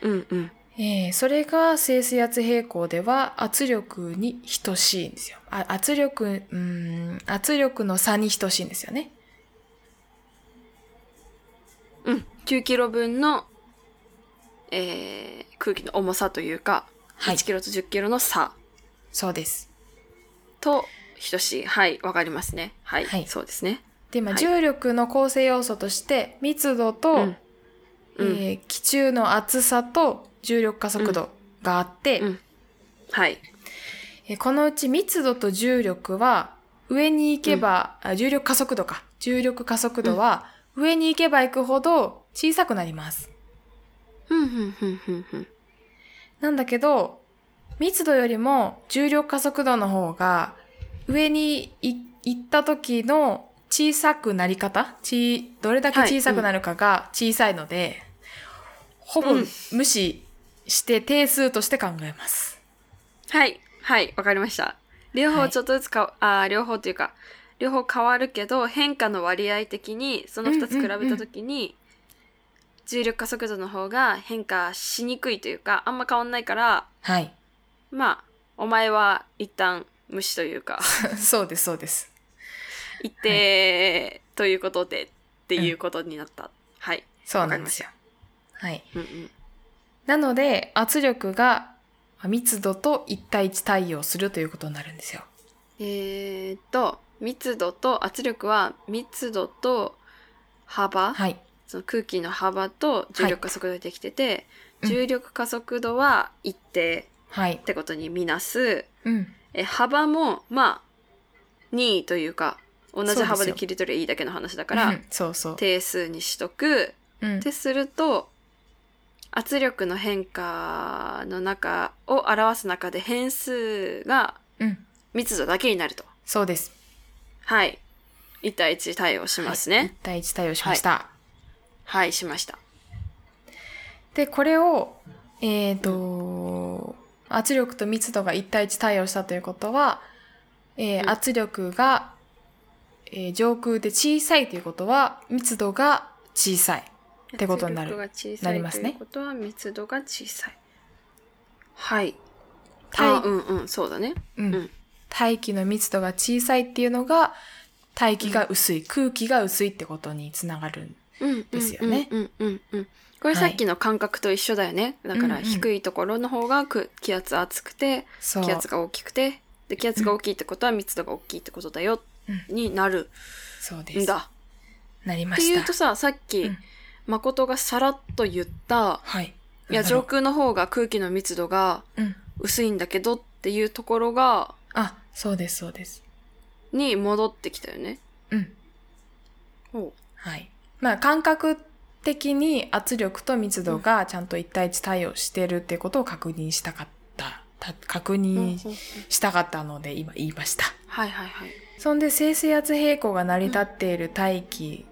[SPEAKER 2] うんうん。
[SPEAKER 1] えーそれが静水圧平衡では圧力に等しいんですよ。あ圧力、うーん、圧力の差に等しいんですよね。
[SPEAKER 2] うん。9キロ分の、えー、空気の重さというか、
[SPEAKER 1] はい
[SPEAKER 2] 1キロと10キロの差
[SPEAKER 1] そうです。
[SPEAKER 2] と等しい。はい。わかりますね。はい。
[SPEAKER 1] はい
[SPEAKER 2] そうですね。
[SPEAKER 1] で、まあ、
[SPEAKER 2] はい
[SPEAKER 1] 重力の構成要素として、密度と、
[SPEAKER 2] うん
[SPEAKER 1] え
[SPEAKER 2] うん
[SPEAKER 1] ー気柱の厚さと重力加速度があって、
[SPEAKER 2] うんはい。
[SPEAKER 1] えーこのうち密度と重力は、上に行けば、あ重力加速度か。重力加速度は上に行けば行くほど小さくなります。
[SPEAKER 2] ふんふんふんふんふん。
[SPEAKER 1] なんだけど、密度よりも重力加速度の方が、上にい行った時の小さくなり方ちどれだけ小さくなるかが小さいので、ほぼ
[SPEAKER 2] うん
[SPEAKER 1] 無視して定数として考えます。
[SPEAKER 2] はい。はい。わかりました。両
[SPEAKER 1] は
[SPEAKER 2] 方
[SPEAKER 1] い
[SPEAKER 2] ちょっとずつか、あー両方というか、両方変わるけど、変化の割合的に、その2つ比べたときに、重力加速度の方が変化しにくいというか、あんま変わんないから、
[SPEAKER 1] はい。 *laughs*
[SPEAKER 2] まあ、お前は一旦無視という *laughs* か、
[SPEAKER 1] そうです、そうです。
[SPEAKER 2] 一定ということで、っていうことになった。はい。
[SPEAKER 1] そうなんですよ。はい。
[SPEAKER 2] うんうん。
[SPEAKER 1] なので、圧力が密度と1対1対応するということになるんですよ。
[SPEAKER 2] えーっと、密度と圧力は密度と幅、
[SPEAKER 1] はい。
[SPEAKER 2] その空気の幅と重力加速度でできてて、
[SPEAKER 1] うん
[SPEAKER 2] 重力加速度は一定
[SPEAKER 1] はい
[SPEAKER 2] っ。てことにみなす。
[SPEAKER 1] うん。
[SPEAKER 2] え幅も、まあ、任意というか、同
[SPEAKER 1] そうです
[SPEAKER 2] じ
[SPEAKER 1] よ
[SPEAKER 2] 幅で切り取りゃいいだけの話だか
[SPEAKER 1] う
[SPEAKER 2] ら
[SPEAKER 1] ん、そうそう。
[SPEAKER 2] 定数にしとく。
[SPEAKER 1] うん
[SPEAKER 2] ってすると、圧力の変化の中を表す中で変数が
[SPEAKER 1] うん。
[SPEAKER 2] 密度だけになると。
[SPEAKER 1] そうです。
[SPEAKER 2] はい。1対1対応します
[SPEAKER 1] はい
[SPEAKER 2] ね。
[SPEAKER 1] 一対一対応しました。
[SPEAKER 2] はい、しました。
[SPEAKER 1] で、これを、えっ、と、圧力と密度が一対一対応したということは、えー
[SPEAKER 2] うん
[SPEAKER 1] 圧力が、えー上空で小さいということは、密度が小さい。ってことになる
[SPEAKER 2] 圧力が小さい
[SPEAKER 1] なりますね
[SPEAKER 2] ということは密度が小さい。はい。
[SPEAKER 1] 大
[SPEAKER 2] あ、うんうん、そうだね。
[SPEAKER 1] うん
[SPEAKER 2] うん
[SPEAKER 1] 大気の密度が小さいっていうのが、大気が薄い、空気が薄いってことにつながる。
[SPEAKER 2] うん。
[SPEAKER 1] ですよね
[SPEAKER 2] うんうんうん。これさっきの感覚と一緒だよね。だか
[SPEAKER 1] う
[SPEAKER 2] ら
[SPEAKER 1] んうん
[SPEAKER 2] 低いところの方がく気圧厚くて、
[SPEAKER 1] そう。
[SPEAKER 2] 気圧が大きくて、で気圧が大きいってことは密度が大きいってことだよ、
[SPEAKER 1] う
[SPEAKER 2] になる
[SPEAKER 1] そうで
[SPEAKER 2] ん
[SPEAKER 1] す。
[SPEAKER 2] だ。
[SPEAKER 1] なりま
[SPEAKER 2] って
[SPEAKER 1] し
[SPEAKER 2] いう
[SPEAKER 1] た
[SPEAKER 2] と。さ、さっき、
[SPEAKER 1] うん
[SPEAKER 2] 誠がさらっと言った、
[SPEAKER 1] はい。
[SPEAKER 2] いや、
[SPEAKER 1] なんだろ
[SPEAKER 2] 上
[SPEAKER 1] う
[SPEAKER 2] 空の方が空気の密度が
[SPEAKER 1] うん。
[SPEAKER 2] 薄いんだけどっていうところが、
[SPEAKER 1] あ、そうです、そうです。
[SPEAKER 2] に戻ってきたよね。
[SPEAKER 1] うん。
[SPEAKER 2] ほ
[SPEAKER 1] はい。まあ、感覚的に圧力と密度がちゃんと一対一対応してるってことを確認したかった。た確
[SPEAKER 2] う
[SPEAKER 1] 認
[SPEAKER 2] ほうほう
[SPEAKER 1] したかったので今言いました。
[SPEAKER 2] はいはいはい。
[SPEAKER 1] そんで静水圧平衡が成り立っている大気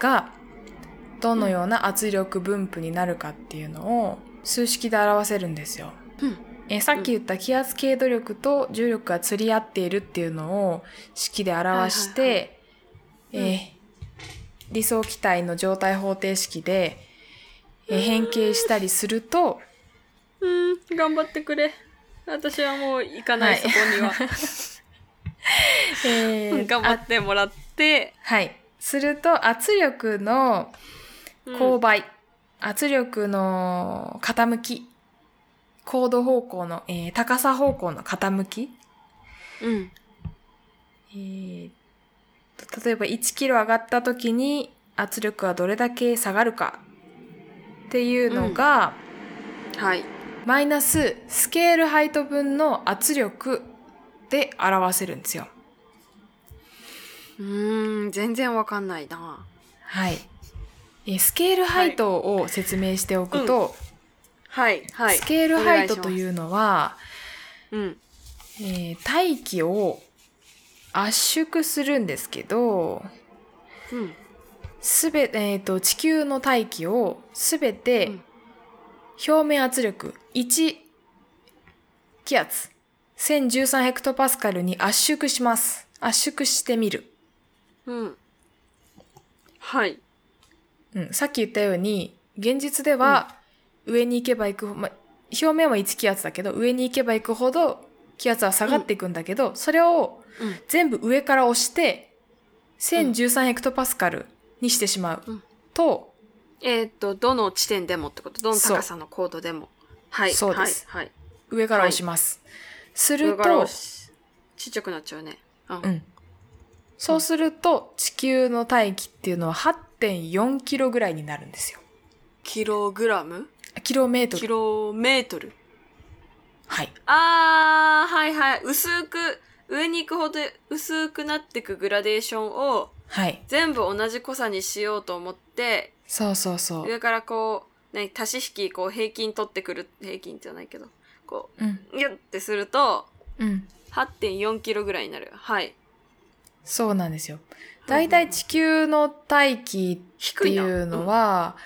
[SPEAKER 1] がどのような圧力分布になるかっていうのを数式で表せるんですよ。
[SPEAKER 2] うん
[SPEAKER 1] えさっき言った気圧経度力と重力が釣り合っているっていうのを式で表して、
[SPEAKER 2] はい
[SPEAKER 1] え
[SPEAKER 2] はいはい
[SPEAKER 1] ー理想気体の状態方程式で、えー変形したりすると、
[SPEAKER 2] うん、頑張ってくれ。私はもう行かない、
[SPEAKER 1] はい
[SPEAKER 2] そこに *laughs* は。
[SPEAKER 1] えー
[SPEAKER 2] 頑張
[SPEAKER 1] あ
[SPEAKER 2] ってもらって、
[SPEAKER 1] はい。すると圧力の勾配、圧力の傾き、高度方向の、えー高さ方向の傾き、
[SPEAKER 2] うん、うん。
[SPEAKER 1] えーと例えば1キロ上がった時に圧力はどれだけ下がるかっていうのが、
[SPEAKER 2] はい。
[SPEAKER 1] マイナススケールハイト分の圧力で表せるんですよ。
[SPEAKER 2] うーん、全然わかんないな。
[SPEAKER 1] はい。えースケールハイトを説明しておくと、
[SPEAKER 2] はい、はい。
[SPEAKER 1] スケールハイトと
[SPEAKER 2] う。
[SPEAKER 1] いうのは、
[SPEAKER 2] うん。
[SPEAKER 1] えー大気を圧縮するんですけど、
[SPEAKER 2] うん。
[SPEAKER 1] すべえーと地球の大気をすべ
[SPEAKER 2] う
[SPEAKER 1] て
[SPEAKER 2] ん
[SPEAKER 1] 表面圧力1気圧1013ヘクトパスカルに圧縮します。圧縮してみる。
[SPEAKER 2] うん。はい。
[SPEAKER 1] うん、さっき言ったように、現実では上に行けば行くほ、ま、表面は1気圧だけど、上に行けば行くほど気圧は下がっていくんだけど、それを
[SPEAKER 2] うん。
[SPEAKER 1] 全部上から押して、1013ヘクトパスカルにしてしま
[SPEAKER 2] うん
[SPEAKER 1] うと、
[SPEAKER 2] えーっと、どの地点でもってことどの高さの高度でも。はい。
[SPEAKER 1] そうです
[SPEAKER 2] はい。はい。
[SPEAKER 1] 上から押します。す
[SPEAKER 2] 上
[SPEAKER 1] る
[SPEAKER 2] から
[SPEAKER 1] と
[SPEAKER 2] 押、しちっちゃくなっちゃうね。あ
[SPEAKER 1] うんそうすると地球の大気っていうのは8.4キロぐらいになるんですよ。
[SPEAKER 2] キログラム
[SPEAKER 1] あキロメート
[SPEAKER 2] キ
[SPEAKER 1] ル。
[SPEAKER 2] ロメートル。
[SPEAKER 1] はい。
[SPEAKER 2] あー、はいはい。薄く、上に行くほど薄くなってくグラデーションを、
[SPEAKER 1] はい。
[SPEAKER 2] 全部同じ濃さにしようと思って
[SPEAKER 1] そうそうそう。
[SPEAKER 2] 上からこう、ね、足し引きこう平均取ってくる平均じゃないけどこ
[SPEAKER 1] うん。
[SPEAKER 2] うギュッてすると
[SPEAKER 1] うん。
[SPEAKER 2] 8.4キロぐらいになるはい
[SPEAKER 1] そうなんですよ。だいたい地球の大気って
[SPEAKER 2] 低いな
[SPEAKER 1] いうのは、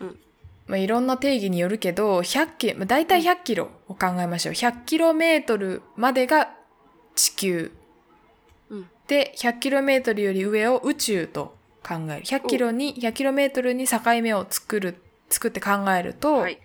[SPEAKER 2] うんうん
[SPEAKER 1] まあ、いろんな定義によるけど、100キロ、まあ、大体100キロを考えましょう。100キロメートルまでが地球。
[SPEAKER 2] うん
[SPEAKER 1] で、100キロメートルより上を宇宙と考える。100キロに、100キロメートルに境目を作る、作って考えると、
[SPEAKER 2] はい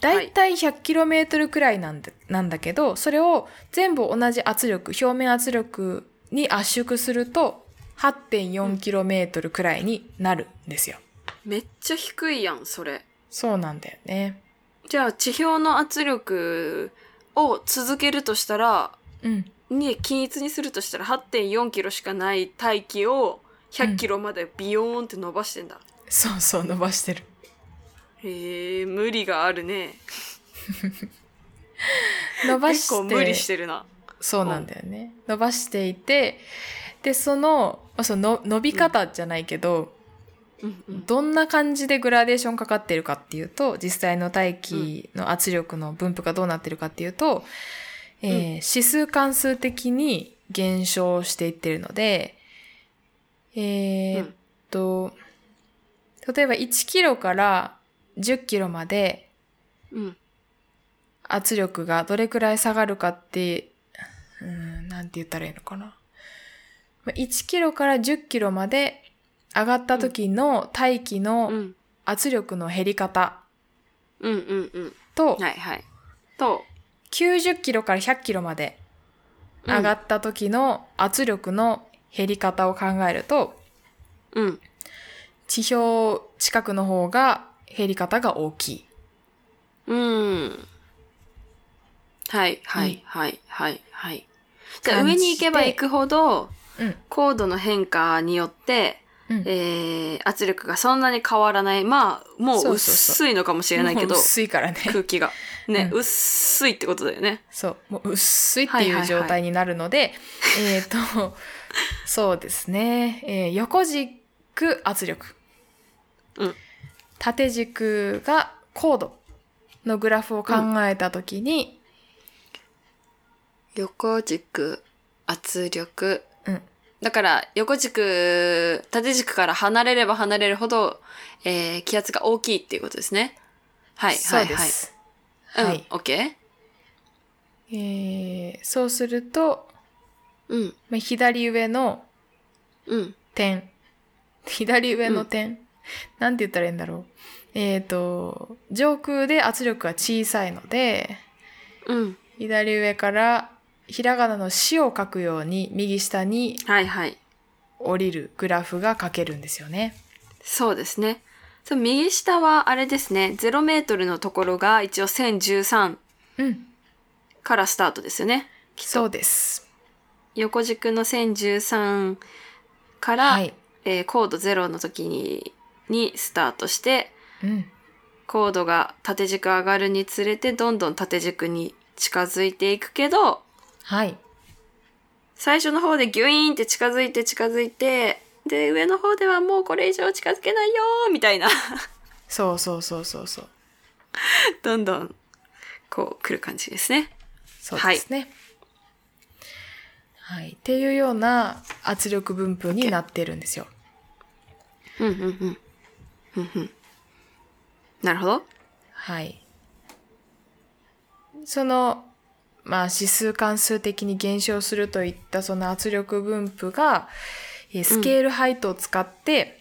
[SPEAKER 1] だいたい 100km くらいなんだなんだけどそれを全部同じ圧力表面圧力に圧縮すると 8.4km くらいになるんですよ。
[SPEAKER 2] めっちゃ低いやんそれ
[SPEAKER 1] そうなんだよね。
[SPEAKER 2] じゃあ地表の圧力を続けるとしたら
[SPEAKER 1] うん、
[SPEAKER 2] に均一にするとしたら8.4キロしかない大気を100キロまでビヨーンって伸ばしてんだ、
[SPEAKER 1] そうそう伸ばしてる。
[SPEAKER 2] へえ無理があるね
[SPEAKER 1] 伸ば
[SPEAKER 2] 結
[SPEAKER 1] して
[SPEAKER 2] 構無理してるな
[SPEAKER 1] そうなんだよね。伸ばしていてでそのまあそのの伸び方じゃないけど、
[SPEAKER 2] うんうん
[SPEAKER 1] どんな感じでグラデーションかかってるかっていうと実際の大気の圧力の分布がどうなってるかっていうと、えー
[SPEAKER 2] うん
[SPEAKER 1] 指数関数的に減少していってるのでえーっと、例えば1キロから10キロまで
[SPEAKER 2] うん
[SPEAKER 1] 圧力がどれくらい下がるかってうーんなんて言ったらいいのかなまあ1キロから10キロまで上がった時の大気の、
[SPEAKER 2] うん
[SPEAKER 1] 圧力の減り方
[SPEAKER 2] うんうんうん
[SPEAKER 1] と、
[SPEAKER 2] はいはいと
[SPEAKER 1] 90キロから100キロまで上が
[SPEAKER 2] っ
[SPEAKER 1] った時の圧力の減り方を考えると、
[SPEAKER 2] うん
[SPEAKER 1] 地表近くの方が減り方が大きい。
[SPEAKER 2] うんはいは
[SPEAKER 1] うん
[SPEAKER 2] いはいはいはいじゃあ
[SPEAKER 1] 感じ
[SPEAKER 2] 上
[SPEAKER 1] で
[SPEAKER 2] に行けば行くほど
[SPEAKER 1] うん。
[SPEAKER 2] 高度の変化によって
[SPEAKER 1] うん。
[SPEAKER 2] えー圧力がそんなに変わらないまあも
[SPEAKER 1] そううそうそ
[SPEAKER 2] 薄いのかもしれないけど
[SPEAKER 1] もう薄いからね。
[SPEAKER 2] 空気がね、
[SPEAKER 1] うん
[SPEAKER 2] 薄いってことだよね
[SPEAKER 1] そう。もう薄いって
[SPEAKER 2] はい
[SPEAKER 1] い
[SPEAKER 2] はいうはい
[SPEAKER 1] 状態になるので、 *laughs* えっ、と、そうですね。えー横軸圧力。
[SPEAKER 2] うん
[SPEAKER 1] 縦軸が高度のグラフを考えた時に、
[SPEAKER 2] 横軸圧力、
[SPEAKER 1] うん
[SPEAKER 2] だから横軸縦軸から離れれば離れるほど、えー気圧が大きいっていうことですねはい
[SPEAKER 1] そ
[SPEAKER 2] は
[SPEAKER 1] う
[SPEAKER 2] い
[SPEAKER 1] で
[SPEAKER 2] はい
[SPEAKER 1] す。
[SPEAKER 2] うん
[SPEAKER 1] はい
[SPEAKER 2] OK
[SPEAKER 1] えーそうすると、
[SPEAKER 2] うん
[SPEAKER 1] まあ左上の
[SPEAKER 2] うん
[SPEAKER 1] 点。 *laughs* 左上の点。なんて言ったらいいんだろう。えっ、と、上空で圧力が小さいので、
[SPEAKER 2] うん
[SPEAKER 1] 左上からひらがなの死を書くように右下に
[SPEAKER 2] はいはい
[SPEAKER 1] 降りるグラフが書けるんですよね。
[SPEAKER 2] そうですねその右下はあれですね0メートルのところが一応1013
[SPEAKER 1] うん。
[SPEAKER 2] からスタートですよね
[SPEAKER 1] そうです。
[SPEAKER 2] 横軸の1013から、
[SPEAKER 1] はい。
[SPEAKER 2] えー高度0の時ににスタートして
[SPEAKER 1] うん。
[SPEAKER 2] 高度が縦軸上がるにつれてどんどん縦軸に近づいていくけど
[SPEAKER 1] はい。
[SPEAKER 2] 最初の方でギュイーンって近づいて近づいてで上の方ではもうこれ以上近づけないよーみたいな *laughs*
[SPEAKER 1] そうそうそうそうそう。
[SPEAKER 2] どんどんこう来る感じですね。
[SPEAKER 1] そうですね。はい。っていうような圧力分布になってるんですよ。
[SPEAKER 2] うんうんうん。うんうん。なるほど。
[SPEAKER 1] はい。その、まあ、指数関数的に減少するといったその圧力分布が、えースケールハイトを使って、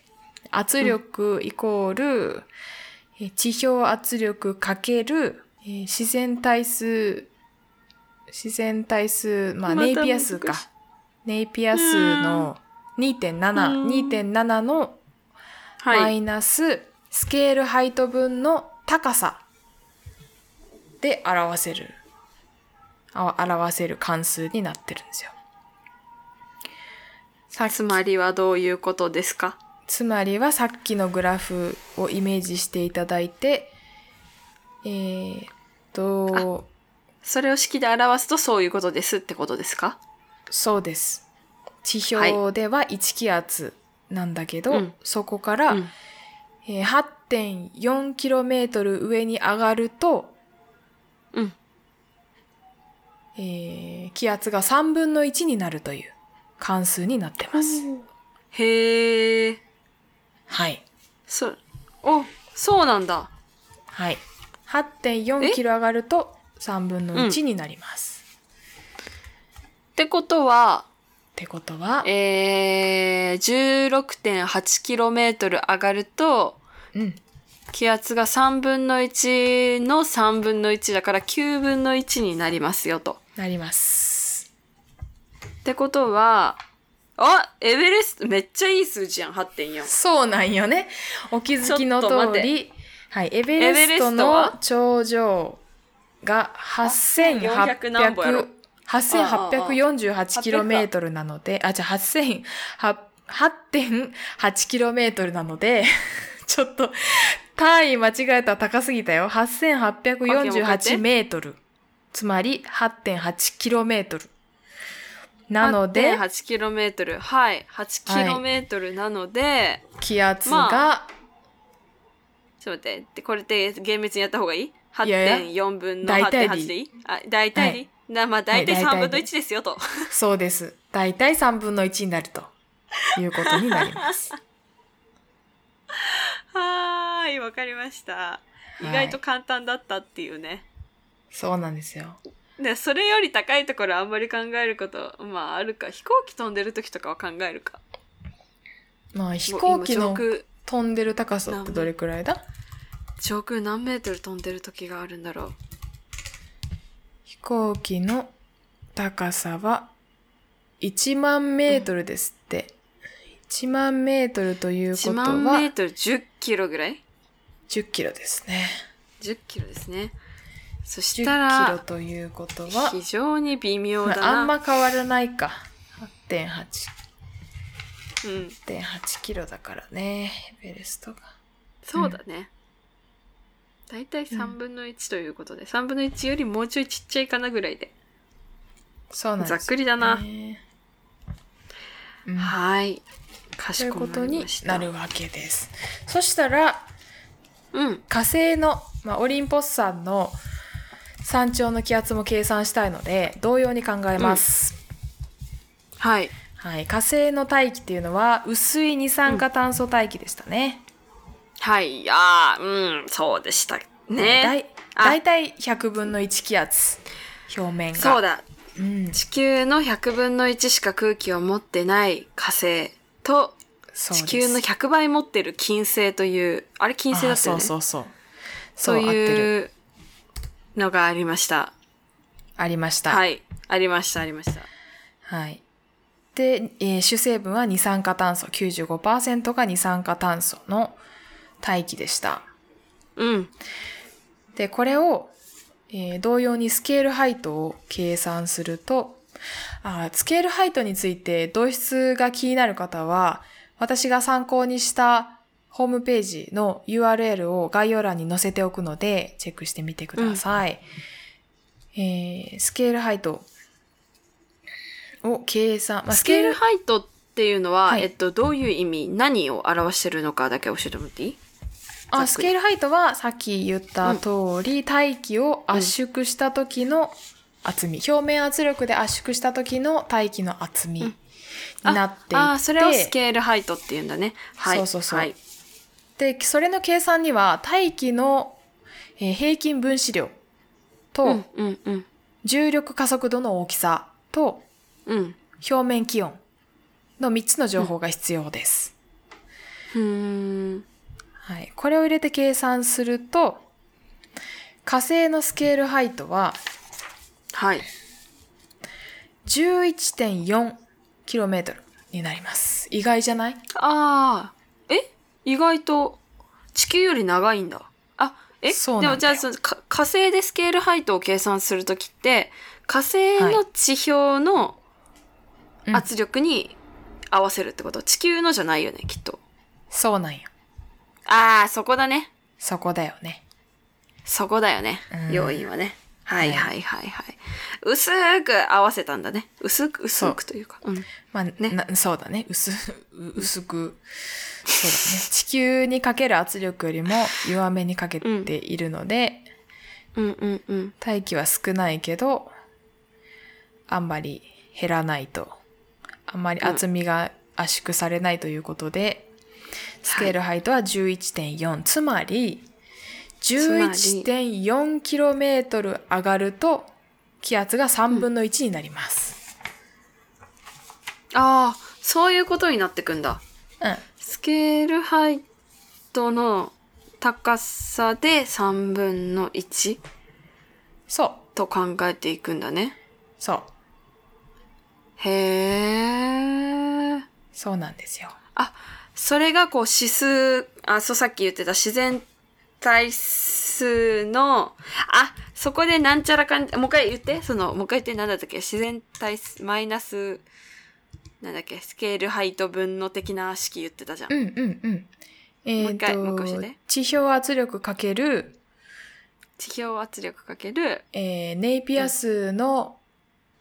[SPEAKER 1] 圧力イコール、えー地表圧力かける、えー自然対数、自然対数、まあ、
[SPEAKER 2] また
[SPEAKER 1] ネイピア数か
[SPEAKER 2] 難しい。
[SPEAKER 1] ネイピア数の2.7、
[SPEAKER 2] うん
[SPEAKER 1] 2.7のマ
[SPEAKER 2] はい。
[SPEAKER 1] イナススケールハイト分の高さで表せるあ表せる関数になってるんですよ。さっき
[SPEAKER 2] つまりはどういうことですか
[SPEAKER 1] つまりはさっきのグラフをイメージしていただいてえー、っと
[SPEAKER 2] それを式で表すとそういうことですってことですか
[SPEAKER 1] そうです。地表では1気圧、なんだけど、
[SPEAKER 2] うん
[SPEAKER 1] そこから、
[SPEAKER 2] うん
[SPEAKER 1] えー 8.4km 上に上がると、
[SPEAKER 2] うん
[SPEAKER 1] えー気圧が3分の1になるという関数になってます。
[SPEAKER 2] へえ
[SPEAKER 1] はい。
[SPEAKER 2] そおそうなんだ
[SPEAKER 1] はい。8.4km 上がると3分の1になります。
[SPEAKER 2] ってことは
[SPEAKER 1] ってことは、
[SPEAKER 2] えー、16.8km 上がると
[SPEAKER 1] うん。
[SPEAKER 2] 気圧が3分の1の3分の1だから9分の1になりますよと。
[SPEAKER 1] なります。
[SPEAKER 2] ってことはあエベレストめっちゃいい数字やん8.4。
[SPEAKER 1] そうなんよね。お気づきの
[SPEAKER 2] ちょっと待
[SPEAKER 1] 通
[SPEAKER 2] っ
[SPEAKER 1] り、はい、エベレ
[SPEAKER 2] エベレ
[SPEAKER 1] スト
[SPEAKER 2] スト
[SPEAKER 1] の
[SPEAKER 2] は
[SPEAKER 1] 頂上が
[SPEAKER 2] 8400何本やろ
[SPEAKER 1] 8800… 8848km なので、あ、じゃあ8000、8.8km なので、 *laughs* ちょっと単位間違えたら高すぎたよ。8848メートル。つまり 8.8km。なので、
[SPEAKER 2] 8.8km はい 8km なので、
[SPEAKER 1] 気圧
[SPEAKER 2] ま
[SPEAKER 1] が
[SPEAKER 2] ちょっと待ってでこれって厳密にやった方がいい
[SPEAKER 1] いや
[SPEAKER 2] ?8.4 分の
[SPEAKER 1] 大体で
[SPEAKER 2] 8.8でいいあ大体でいい、なまあ大体
[SPEAKER 1] はい大
[SPEAKER 2] 3分
[SPEAKER 1] 体
[SPEAKER 2] の
[SPEAKER 1] で
[SPEAKER 2] 1ですよと。
[SPEAKER 1] そうです。だいたい3分の1になるということになり
[SPEAKER 2] *laughs*
[SPEAKER 1] ます。
[SPEAKER 2] はーいわかりました。意外と
[SPEAKER 1] はい
[SPEAKER 2] 簡単だったっていうね。
[SPEAKER 1] そうなんですよ。
[SPEAKER 2] でそれより高いところあんまり考えることまああるか飛行機飛んでる時とかは考えるか
[SPEAKER 1] まあ飛行機
[SPEAKER 2] も
[SPEAKER 1] の
[SPEAKER 2] う今上
[SPEAKER 1] 飛んでる高さってどれくらいだ
[SPEAKER 2] 空上空何メートル飛んでる時があるんだろう
[SPEAKER 1] 飛行機の高さは1万メートルですって。1万メートルということ
[SPEAKER 2] 1万メー
[SPEAKER 1] は
[SPEAKER 2] トル10キロぐらい
[SPEAKER 1] 10キロですね。
[SPEAKER 2] 10キロですねそし
[SPEAKER 1] 10
[SPEAKER 2] た
[SPEAKER 1] キロ
[SPEAKER 2] ら
[SPEAKER 1] ということは、
[SPEAKER 2] 非常に微妙だな
[SPEAKER 1] あんま変わらないか。8.8、
[SPEAKER 2] うん
[SPEAKER 1] 8.8キロだからね。エベレストが。
[SPEAKER 2] そうだね、だいたい3分の1ということで、3分の1よりもうちょいちっちゃいかなぐらいで、
[SPEAKER 1] そうなんです
[SPEAKER 2] ざ
[SPEAKER 1] よ
[SPEAKER 2] っくりだな、
[SPEAKER 1] ねうん
[SPEAKER 2] はいか
[SPEAKER 1] と
[SPEAKER 2] し
[SPEAKER 1] いう
[SPEAKER 2] こ
[SPEAKER 1] こと
[SPEAKER 2] まり
[SPEAKER 1] に
[SPEAKER 2] ました
[SPEAKER 1] なるわけです。そしたら
[SPEAKER 2] うん
[SPEAKER 1] 火星の、まあ、オリンポス山の山頂の気圧も計算したいので同様に考えます。
[SPEAKER 2] はい
[SPEAKER 1] はい、火星の大気っていうのは薄い二酸化炭素大気でしたね。
[SPEAKER 2] はいあーうんそうでしたね
[SPEAKER 1] だい
[SPEAKER 2] あ
[SPEAKER 1] だいたい100分の1気圧表面が。
[SPEAKER 2] そうだ
[SPEAKER 1] うん、
[SPEAKER 2] 地球の100分の1しか空気を持ってない火星と
[SPEAKER 1] そう
[SPEAKER 2] 地
[SPEAKER 1] です
[SPEAKER 2] 球の100倍持ってる金星というあれ金星だったよ
[SPEAKER 1] あ
[SPEAKER 2] ね
[SPEAKER 1] そ
[SPEAKER 2] そう
[SPEAKER 1] うそうそう。そう合ってる
[SPEAKER 2] いうのがありました
[SPEAKER 1] ありました。
[SPEAKER 2] はいありましたありました
[SPEAKER 1] はい。で、えー主成分は二酸化炭素、95%が二酸化炭素の大気でした。
[SPEAKER 2] うん
[SPEAKER 1] で、これを、えー同様にスケールハイトを計算すると、あースケールハイトについて同質が気になる方は、私が参考にしたホームページの URL を概要欄に載せておくので、チェックしてみてください。えースケールハイトを計算、まあ
[SPEAKER 2] スケールハイトっていうのは、
[SPEAKER 1] はい
[SPEAKER 2] えっとどういう意味何を表してるのかだけ教えてもらっていいざっく
[SPEAKER 1] あ
[SPEAKER 2] り
[SPEAKER 1] スケールハイトはさっき言った通り、大気を圧縮した時の厚み、表面圧力で圧縮した時の大気の厚みになっていて、
[SPEAKER 2] ああーそれをスケールハイトっていうんだねはい
[SPEAKER 1] そうそうそう
[SPEAKER 2] はい、
[SPEAKER 1] でそれの計算には大気の、えー平均分子量
[SPEAKER 2] う
[SPEAKER 1] と
[SPEAKER 2] んうんうん
[SPEAKER 1] 重力加速度の大きさと
[SPEAKER 2] うん
[SPEAKER 1] 表面気温の3つの情報が必要です。
[SPEAKER 2] ふーん
[SPEAKER 1] はい、これを入れて計算すると火星のスケールハイトは
[SPEAKER 2] はい
[SPEAKER 1] 11.4キロメートルになります。意外じゃない
[SPEAKER 2] ああ、え意外と地球より長いんだ。あ、え
[SPEAKER 1] そう
[SPEAKER 2] で
[SPEAKER 1] な
[SPEAKER 2] も
[SPEAKER 1] ん
[SPEAKER 2] じ
[SPEAKER 1] だ
[SPEAKER 2] ゃ
[SPEAKER 1] よ
[SPEAKER 2] あそのか火星でスケールハイトを計算するときって、火星
[SPEAKER 1] は
[SPEAKER 2] の
[SPEAKER 1] い
[SPEAKER 2] 地表の
[SPEAKER 1] うん
[SPEAKER 2] 圧力に合わせるってこと、地球のじゃないよね、きっと。
[SPEAKER 1] そうなんよ。
[SPEAKER 2] ああ、そこだね。
[SPEAKER 1] そこだよね。
[SPEAKER 2] そこだよね
[SPEAKER 1] う。ん
[SPEAKER 2] 要因はね。はい
[SPEAKER 1] ね
[SPEAKER 2] はいはいはい。薄く合わせたんだね。薄く、薄くというか。うん。
[SPEAKER 1] まあ、
[SPEAKER 2] ね
[SPEAKER 1] なそうだね。薄、う薄く。そうだね。地球にかける圧力よりも弱めにかけているので、
[SPEAKER 2] うんうんうん。
[SPEAKER 1] 大気は少ないけど、あんまり減らないと。あんまり厚みが圧縮されないということで、スケールハイトは11.4。つまり、11.4km 上がると、気圧が3分の1になります。
[SPEAKER 2] ああ、そういうことになってくんだ。
[SPEAKER 1] うん。
[SPEAKER 2] スケールハイトの高さで3分の1
[SPEAKER 1] そう。
[SPEAKER 2] と考えていくんだね。
[SPEAKER 1] そう。
[SPEAKER 2] へえ。
[SPEAKER 1] そうなんですよ。
[SPEAKER 2] あ、それがこう指数、あ、そうさっき言ってた自然体数の、あ、そこでなんちゃらかん、もう一回言って、その、もう一回言ってなんだったっけ、自然体数、マイナス、なんだっけ、スケールハイト分の的な式言ってたじゃん。
[SPEAKER 1] うんうんうん。え
[SPEAKER 2] もう
[SPEAKER 1] っ
[SPEAKER 2] 一回もう一回教え
[SPEAKER 1] と
[SPEAKER 2] て、
[SPEAKER 1] 地表圧力かける、
[SPEAKER 2] 地表圧力かける、
[SPEAKER 1] えーネイピア数の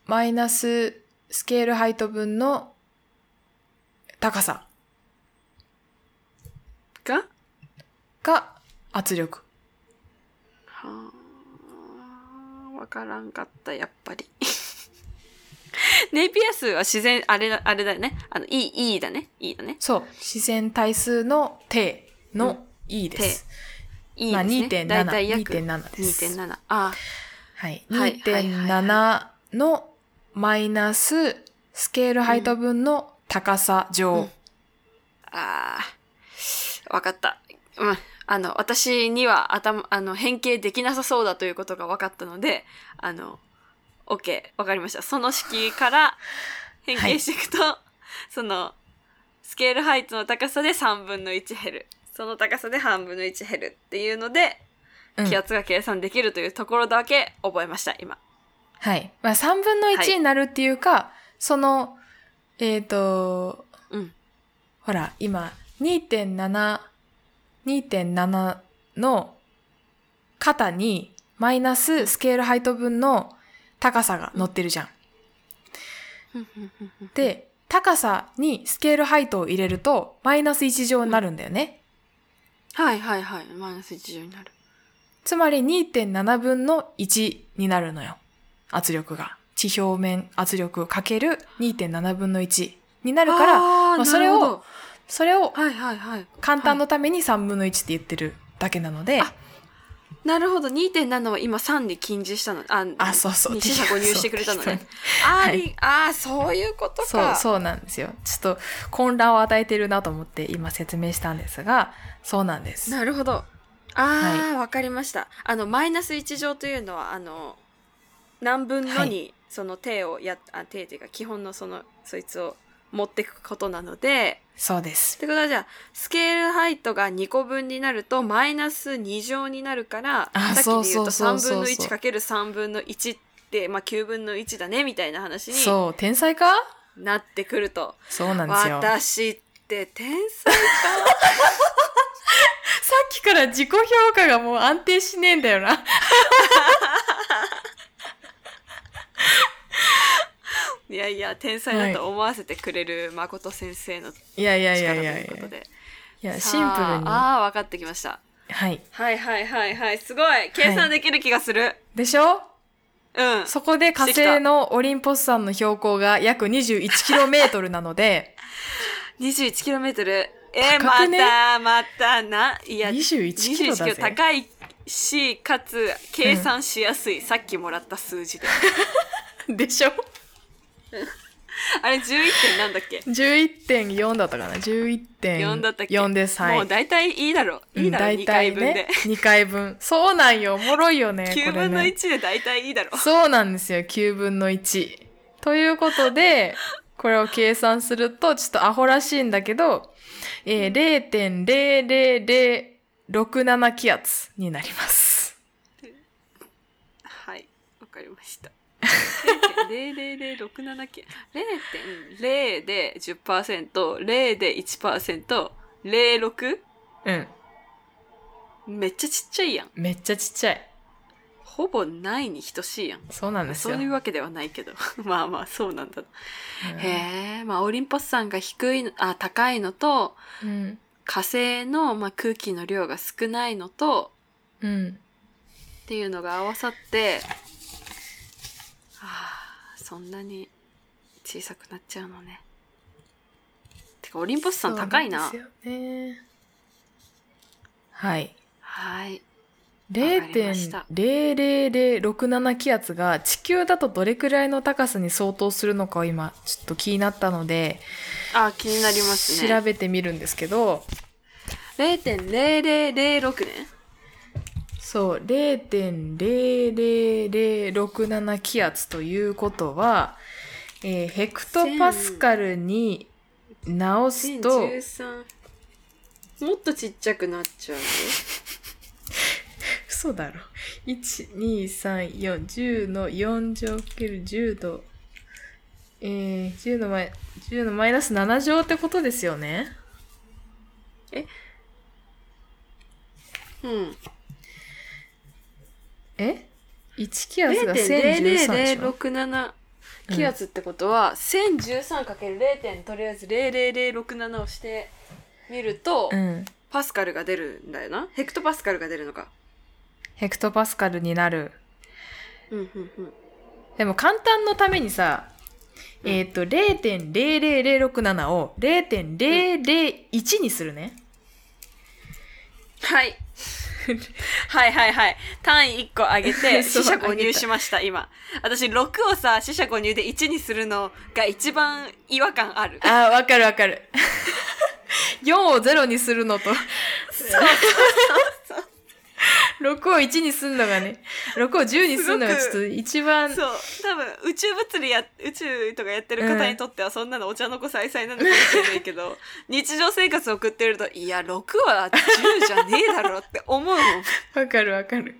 [SPEAKER 1] マイナススケールハイト分の高さ
[SPEAKER 2] が、は
[SPEAKER 1] が圧力。
[SPEAKER 2] あ、わからんかった、やっぱり。 *laughs* ネイピア数は自然、あれだ、あれだよね。あの、E、E だね。E だね。
[SPEAKER 1] そう。自然対数の T
[SPEAKER 2] うん
[SPEAKER 1] の E です。
[SPEAKER 2] E
[SPEAKER 1] まあ
[SPEAKER 2] ですね。
[SPEAKER 1] 2.7
[SPEAKER 2] だいたい約
[SPEAKER 1] 2.7です
[SPEAKER 2] 2.7。ああ。
[SPEAKER 1] はい。
[SPEAKER 2] はいはい
[SPEAKER 1] 2.7のマイナススケールハイト分の高さ
[SPEAKER 2] う
[SPEAKER 1] 上
[SPEAKER 2] ん。ああ、わかった。うん。あの、私には頭、あの、変形できなさそうだということが分かったので、あの、OK、わかりました。その式から変形していくと、その、スケールハイトの高さで3分の1減る。その高さで半分の1減るっていうので、
[SPEAKER 1] うん
[SPEAKER 2] 気圧が計算できるというところだけ覚えました、今。
[SPEAKER 1] はい。まあ、3分の
[SPEAKER 2] はい
[SPEAKER 1] 1になるっていうか、その、えっ、と、
[SPEAKER 2] うん。
[SPEAKER 1] ほら、今、2.7、2.7の肩にマイナススケールハイト分の高さが乗ってるじゃん。で、高さにスケールハイトを入れると、マイナス1乗になるんだよね。
[SPEAKER 2] はいはいはい。マイナス1乗になる。
[SPEAKER 1] つまり2.7分の1になるのよ。圧力が。地表面圧力かける2.7分の1になるから、
[SPEAKER 2] あー
[SPEAKER 1] まあそれを
[SPEAKER 2] なるほど
[SPEAKER 1] それを
[SPEAKER 2] はいはいはい。
[SPEAKER 1] 簡単のために3分の1って言ってるだけなので、
[SPEAKER 2] あなるほど2.7は今3に禁じしたのあ
[SPEAKER 1] あそうそう
[SPEAKER 2] に四捨五入してくれたの
[SPEAKER 1] *laughs*
[SPEAKER 2] ね
[SPEAKER 1] 適
[SPEAKER 2] あー、
[SPEAKER 1] はい
[SPEAKER 2] りあーそういうことか
[SPEAKER 1] そうそうなんですよちょっと混乱を与えてるなと思って今説明したんですがそうなんです
[SPEAKER 2] なるほどあー、わかりましたあのマイナス1乗というのはあの何分の
[SPEAKER 1] は
[SPEAKER 2] にその手をやっあ手っていうか基本のそのそいつを持ってくことなので
[SPEAKER 1] そうです
[SPEAKER 2] ってことはじゃあスケールハイトが2個分になるとマイナス2乗になるから
[SPEAKER 1] あ
[SPEAKER 2] さっきで言う
[SPEAKER 1] そうそう
[SPEAKER 2] と
[SPEAKER 1] そうそう
[SPEAKER 2] 3分の1かける3分の1って、まあ、9分の1だねみたいな話に
[SPEAKER 1] そう天才か
[SPEAKER 2] なってくると。
[SPEAKER 1] そうなんですよさっ
[SPEAKER 2] 私って天才 *laughs*
[SPEAKER 1] きから自己評価がもう安定しねえんだよな
[SPEAKER 2] いやいや天才だと思わせてくれる誠先生の
[SPEAKER 1] いやいやいや
[SPEAKER 2] 力と
[SPEAKER 1] いや
[SPEAKER 2] い
[SPEAKER 1] いう
[SPEAKER 2] こと
[SPEAKER 1] や
[SPEAKER 2] で
[SPEAKER 1] いやシ
[SPEAKER 2] さ
[SPEAKER 1] ンプルには
[SPEAKER 2] あああ分かってきました
[SPEAKER 1] い
[SPEAKER 2] はいはいはいはいすごい計算できる気がする、
[SPEAKER 1] でしょ
[SPEAKER 2] うん
[SPEAKER 1] そこで火
[SPEAKER 2] してきた
[SPEAKER 1] 星のオリンポス山の標高が約 21km なので
[SPEAKER 2] 21km えー、
[SPEAKER 1] 高く
[SPEAKER 2] ま
[SPEAKER 1] ね
[SPEAKER 2] たまたないや
[SPEAKER 1] 21km だぜ
[SPEAKER 2] 21km 高いしかつ計算しやすい、さっきもらった数字で *laughs*
[SPEAKER 1] でしょ
[SPEAKER 2] あれ11点なんだっけ
[SPEAKER 1] 11.4だったかな11.4
[SPEAKER 2] 4だったっけ
[SPEAKER 1] ですはい
[SPEAKER 2] もう大体いいだろういいだろ、う
[SPEAKER 1] うん大
[SPEAKER 2] 2
[SPEAKER 1] 体
[SPEAKER 2] 回分で、 *laughs*
[SPEAKER 1] ね、2回分そうなんよおもろいよね
[SPEAKER 2] 9
[SPEAKER 1] これ
[SPEAKER 2] 分の
[SPEAKER 1] ね
[SPEAKER 2] 1で大体いいだろう。
[SPEAKER 1] そうなんですよ9分の1ということ
[SPEAKER 2] *laughs*
[SPEAKER 1] でこれを計算するとちょっとアホらしいんだけど、えー、0.00067気圧になります
[SPEAKER 2] はい、わかりました。0.00067件0.0で 10%0 で 1%06?
[SPEAKER 1] うん
[SPEAKER 2] めっちゃちっちゃいやん。
[SPEAKER 1] めっちゃちっちゃい
[SPEAKER 2] ほぼないに等しいやん。
[SPEAKER 1] そうなんです
[SPEAKER 2] そ
[SPEAKER 1] よ。
[SPEAKER 2] ういうわけではないけど。 *laughs* まあまあ、そうなんだ。
[SPEAKER 1] うん
[SPEAKER 2] へえ、まあ、オリンポス山が低いの、あ、高いのと、
[SPEAKER 1] うん。
[SPEAKER 2] 火星の、まあ、空気の量が少ないのと、
[SPEAKER 1] うん。
[SPEAKER 2] っていうのが合わさって、ああ、そんなに小さくなっちゃうのね。てか、オリンポス山高いな。
[SPEAKER 1] そうなんですよね。はい。
[SPEAKER 2] はい。わかりました
[SPEAKER 1] 0.00067気圧が地球だとどれくらいの高さに相当するのかを今ちょっと気になったので
[SPEAKER 2] あー気になります
[SPEAKER 1] 調
[SPEAKER 2] ね。
[SPEAKER 1] べてみるんですけど
[SPEAKER 2] 0.0006ね。
[SPEAKER 1] そう0.00067気圧ということは、えーヘクトパスカルに直すと
[SPEAKER 2] 2013もっとちっちゃくなっちゃうよ
[SPEAKER 1] 嘘だろ123410の4乗かける10度えー、10のマイ10のマイナス7乗ってことですよね
[SPEAKER 2] うん
[SPEAKER 1] え ?1 気圧が1013乗
[SPEAKER 2] 0.00067気圧ってことは、1013×0. とりあえず00067をしてみると、
[SPEAKER 1] うん
[SPEAKER 2] パスカルが出るんだよなヘクトパスカルが出るのか
[SPEAKER 1] ヘクトパスカルになる
[SPEAKER 2] うんうんうん
[SPEAKER 1] でも簡単のためにさ
[SPEAKER 2] うん
[SPEAKER 1] えっ、ー、と0.00067を0.001にするね、
[SPEAKER 2] はい *laughs* はいはいはい単位1個上げて
[SPEAKER 1] そう
[SPEAKER 2] 四捨五
[SPEAKER 1] 上げ
[SPEAKER 2] 入
[SPEAKER 1] た
[SPEAKER 2] しました今私6をさ四捨五入で1にするのが一番違和感ある
[SPEAKER 1] あーわかるわか *laughs* る4を0にするのと6を1にすんのがね6を10にすんのがちょっと一
[SPEAKER 2] *laughs*
[SPEAKER 1] 番
[SPEAKER 2] そう多分宇宙物理や宇宙とかやってる方にとってはそんなのお茶の子さいさいなのかもしれないけ *laughs* ど、日常生活を送ってるといや6は10じゃねえだろって思うも *laughs* ん
[SPEAKER 1] わかるわかる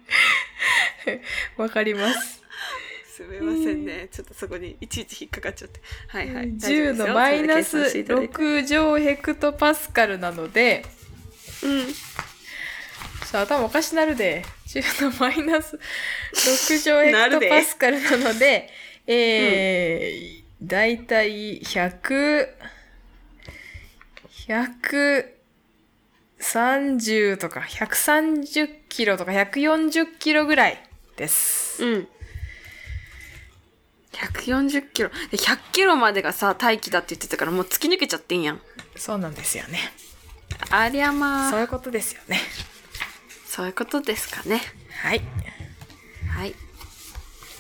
[SPEAKER 1] *laughs* わかります
[SPEAKER 2] すみませんねちょっとそこにいちいち引っかかっちゃってはいはい
[SPEAKER 1] 10のマイナス
[SPEAKER 2] 6
[SPEAKER 1] 6乗ヘクトパスカルなので
[SPEAKER 2] うん
[SPEAKER 1] ちょっと頭おかしなるで10のマイナス6乗ヘクトパスカル
[SPEAKER 2] *laughs*
[SPEAKER 1] なのでえーだいたい100 130とか130キロとか140キロぐらいです。
[SPEAKER 2] うん140キロで100キロまでがさ大気だって言ってたからもう突き抜けちゃってんやん
[SPEAKER 1] そうなんですよね。
[SPEAKER 2] ありゃまあ
[SPEAKER 1] そういうことですよね。
[SPEAKER 2] そういうことですかね
[SPEAKER 1] はい。
[SPEAKER 2] はい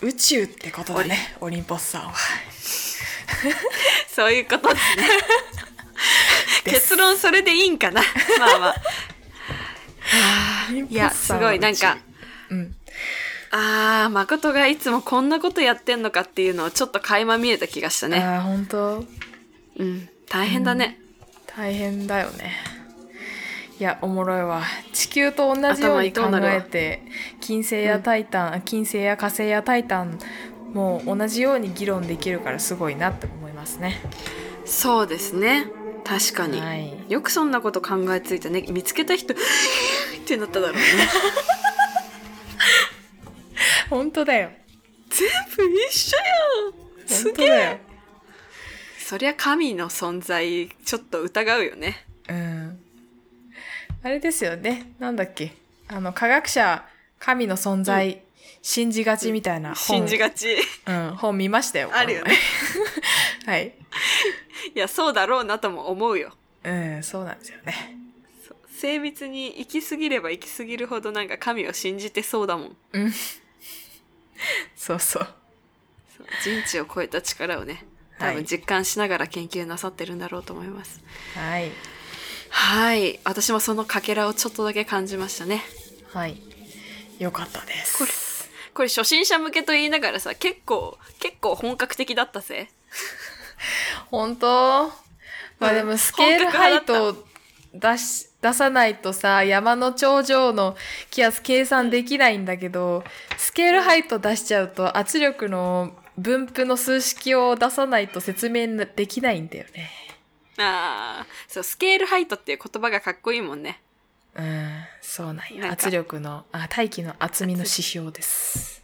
[SPEAKER 1] 宇宙ってことだね、オリンポスさんは。
[SPEAKER 2] そういうことですね。
[SPEAKER 1] です
[SPEAKER 2] 結論それでいいんか
[SPEAKER 1] *laughs*
[SPEAKER 2] な。まあまあ。いや、すごい、なんか、
[SPEAKER 1] うん。
[SPEAKER 2] ああ、誠がいつもこんなことやってんのかっていうのをちょっと垣間見えた気がしたね。
[SPEAKER 1] ああ、本当
[SPEAKER 2] うん。大変だね。
[SPEAKER 1] 大変だよね。いや、おもろいわ。地球と同じように考
[SPEAKER 2] 頭痛うなる
[SPEAKER 1] え
[SPEAKER 2] わ
[SPEAKER 1] て、金星やタイタン、金星や火星やタイタンも同じように議論できるからすごいなって思いますね。
[SPEAKER 2] そうですね。確かに。
[SPEAKER 1] はい。
[SPEAKER 2] よくそんなこと考えついたね。見つけた人、ってなった
[SPEAKER 1] *laughs*
[SPEAKER 2] だろうね。
[SPEAKER 1] 本当だよ。
[SPEAKER 2] 全部一緒やんす
[SPEAKER 1] 本当
[SPEAKER 2] げ
[SPEAKER 1] だよ
[SPEAKER 2] え。そりゃ神の存在、ちょっと疑うよね。
[SPEAKER 1] うん。あれですよね。なんだっけ。あの、科学者、神の存在、信じがちみたいな本。
[SPEAKER 2] 信じがち。
[SPEAKER 1] うん、本見ましたよ。
[SPEAKER 2] あるよ
[SPEAKER 1] この前。 *laughs* はい。
[SPEAKER 2] いや、そうだろうなとも思うよ。
[SPEAKER 1] うん、そうなんですよね。
[SPEAKER 2] そう精密に行き過ぎれば行き過ぎるほどなんか神を信じてそうだもん
[SPEAKER 1] そうそう。
[SPEAKER 2] そう人知を超えた力をね
[SPEAKER 1] は
[SPEAKER 2] 多
[SPEAKER 1] い
[SPEAKER 2] 分実感しながら研究なさってるんだろうと思います
[SPEAKER 1] はい。
[SPEAKER 2] はい私もそのかけらをちょっとだけ感じましたね
[SPEAKER 1] はい。よかったです。
[SPEAKER 2] これこれ初心者向けと言いながらさ結構結構本格的だったぜ
[SPEAKER 1] 本当まあでもスケールハイトを出し、出さないとさ、山の頂上の気圧計算できないんだけど、スケールハイト出しちゃうと圧力の分布の数式を出さないと説明できないんだよね。
[SPEAKER 2] あーそうスケールハイトっていう言葉がかっこいいもんね
[SPEAKER 1] うん、そうなん
[SPEAKER 2] なん
[SPEAKER 1] や。
[SPEAKER 2] か
[SPEAKER 1] 圧力の、あ、大気の厚みの指標です。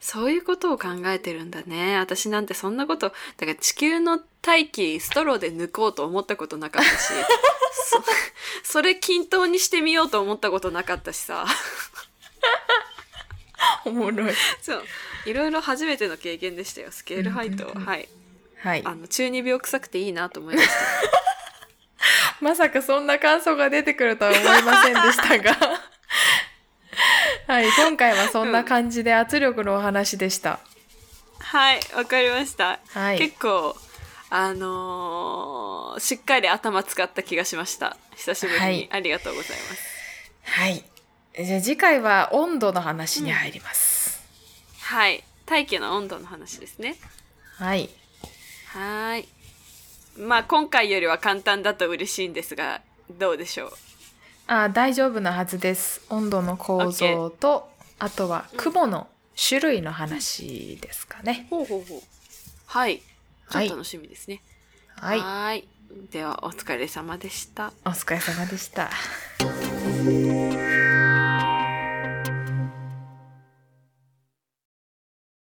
[SPEAKER 2] そういうことを考えてるんだね。私なんてそんなこと、だから地球の大気、ストローで抜こうと思ったことなかった
[SPEAKER 1] *laughs*
[SPEAKER 2] し、そそれ均等にしてみようと思ったことなかったしさ、
[SPEAKER 1] おもろい。
[SPEAKER 2] そう、いろいろ初めての経験でしたよ、スケールハイトは。
[SPEAKER 1] うんうんうん
[SPEAKER 2] はい。
[SPEAKER 1] はい。
[SPEAKER 2] あの、中二病臭くていいなと思い
[SPEAKER 1] *laughs*
[SPEAKER 2] ました。
[SPEAKER 1] まさかそんな感想が出てくるとは思いませんでしたが。はい、今回はそんな感じで圧力のお話でした。
[SPEAKER 2] はい、わかりました。
[SPEAKER 1] はい。
[SPEAKER 2] 結構、あのーしっかり頭使った気がしました。久しぶりに。
[SPEAKER 1] はい
[SPEAKER 2] ありがとうございます。
[SPEAKER 1] はい。じゃあ次回は温度の話に入ります。
[SPEAKER 2] はい。大気の温度の話ですね。
[SPEAKER 1] はい。
[SPEAKER 2] はーい。まあ今回よりは簡単だと嬉しいんですが、どうでしょう。
[SPEAKER 1] あ、大丈夫なはずです。温度の構造と、あとは雲の種類の話ですかね。
[SPEAKER 2] ほうほうほう。はい。ちょ
[SPEAKER 1] は
[SPEAKER 2] っ
[SPEAKER 1] い
[SPEAKER 2] と楽しみですね。
[SPEAKER 1] はい。
[SPEAKER 2] ーいではお疲れ様でした。
[SPEAKER 1] お疲れ様でした。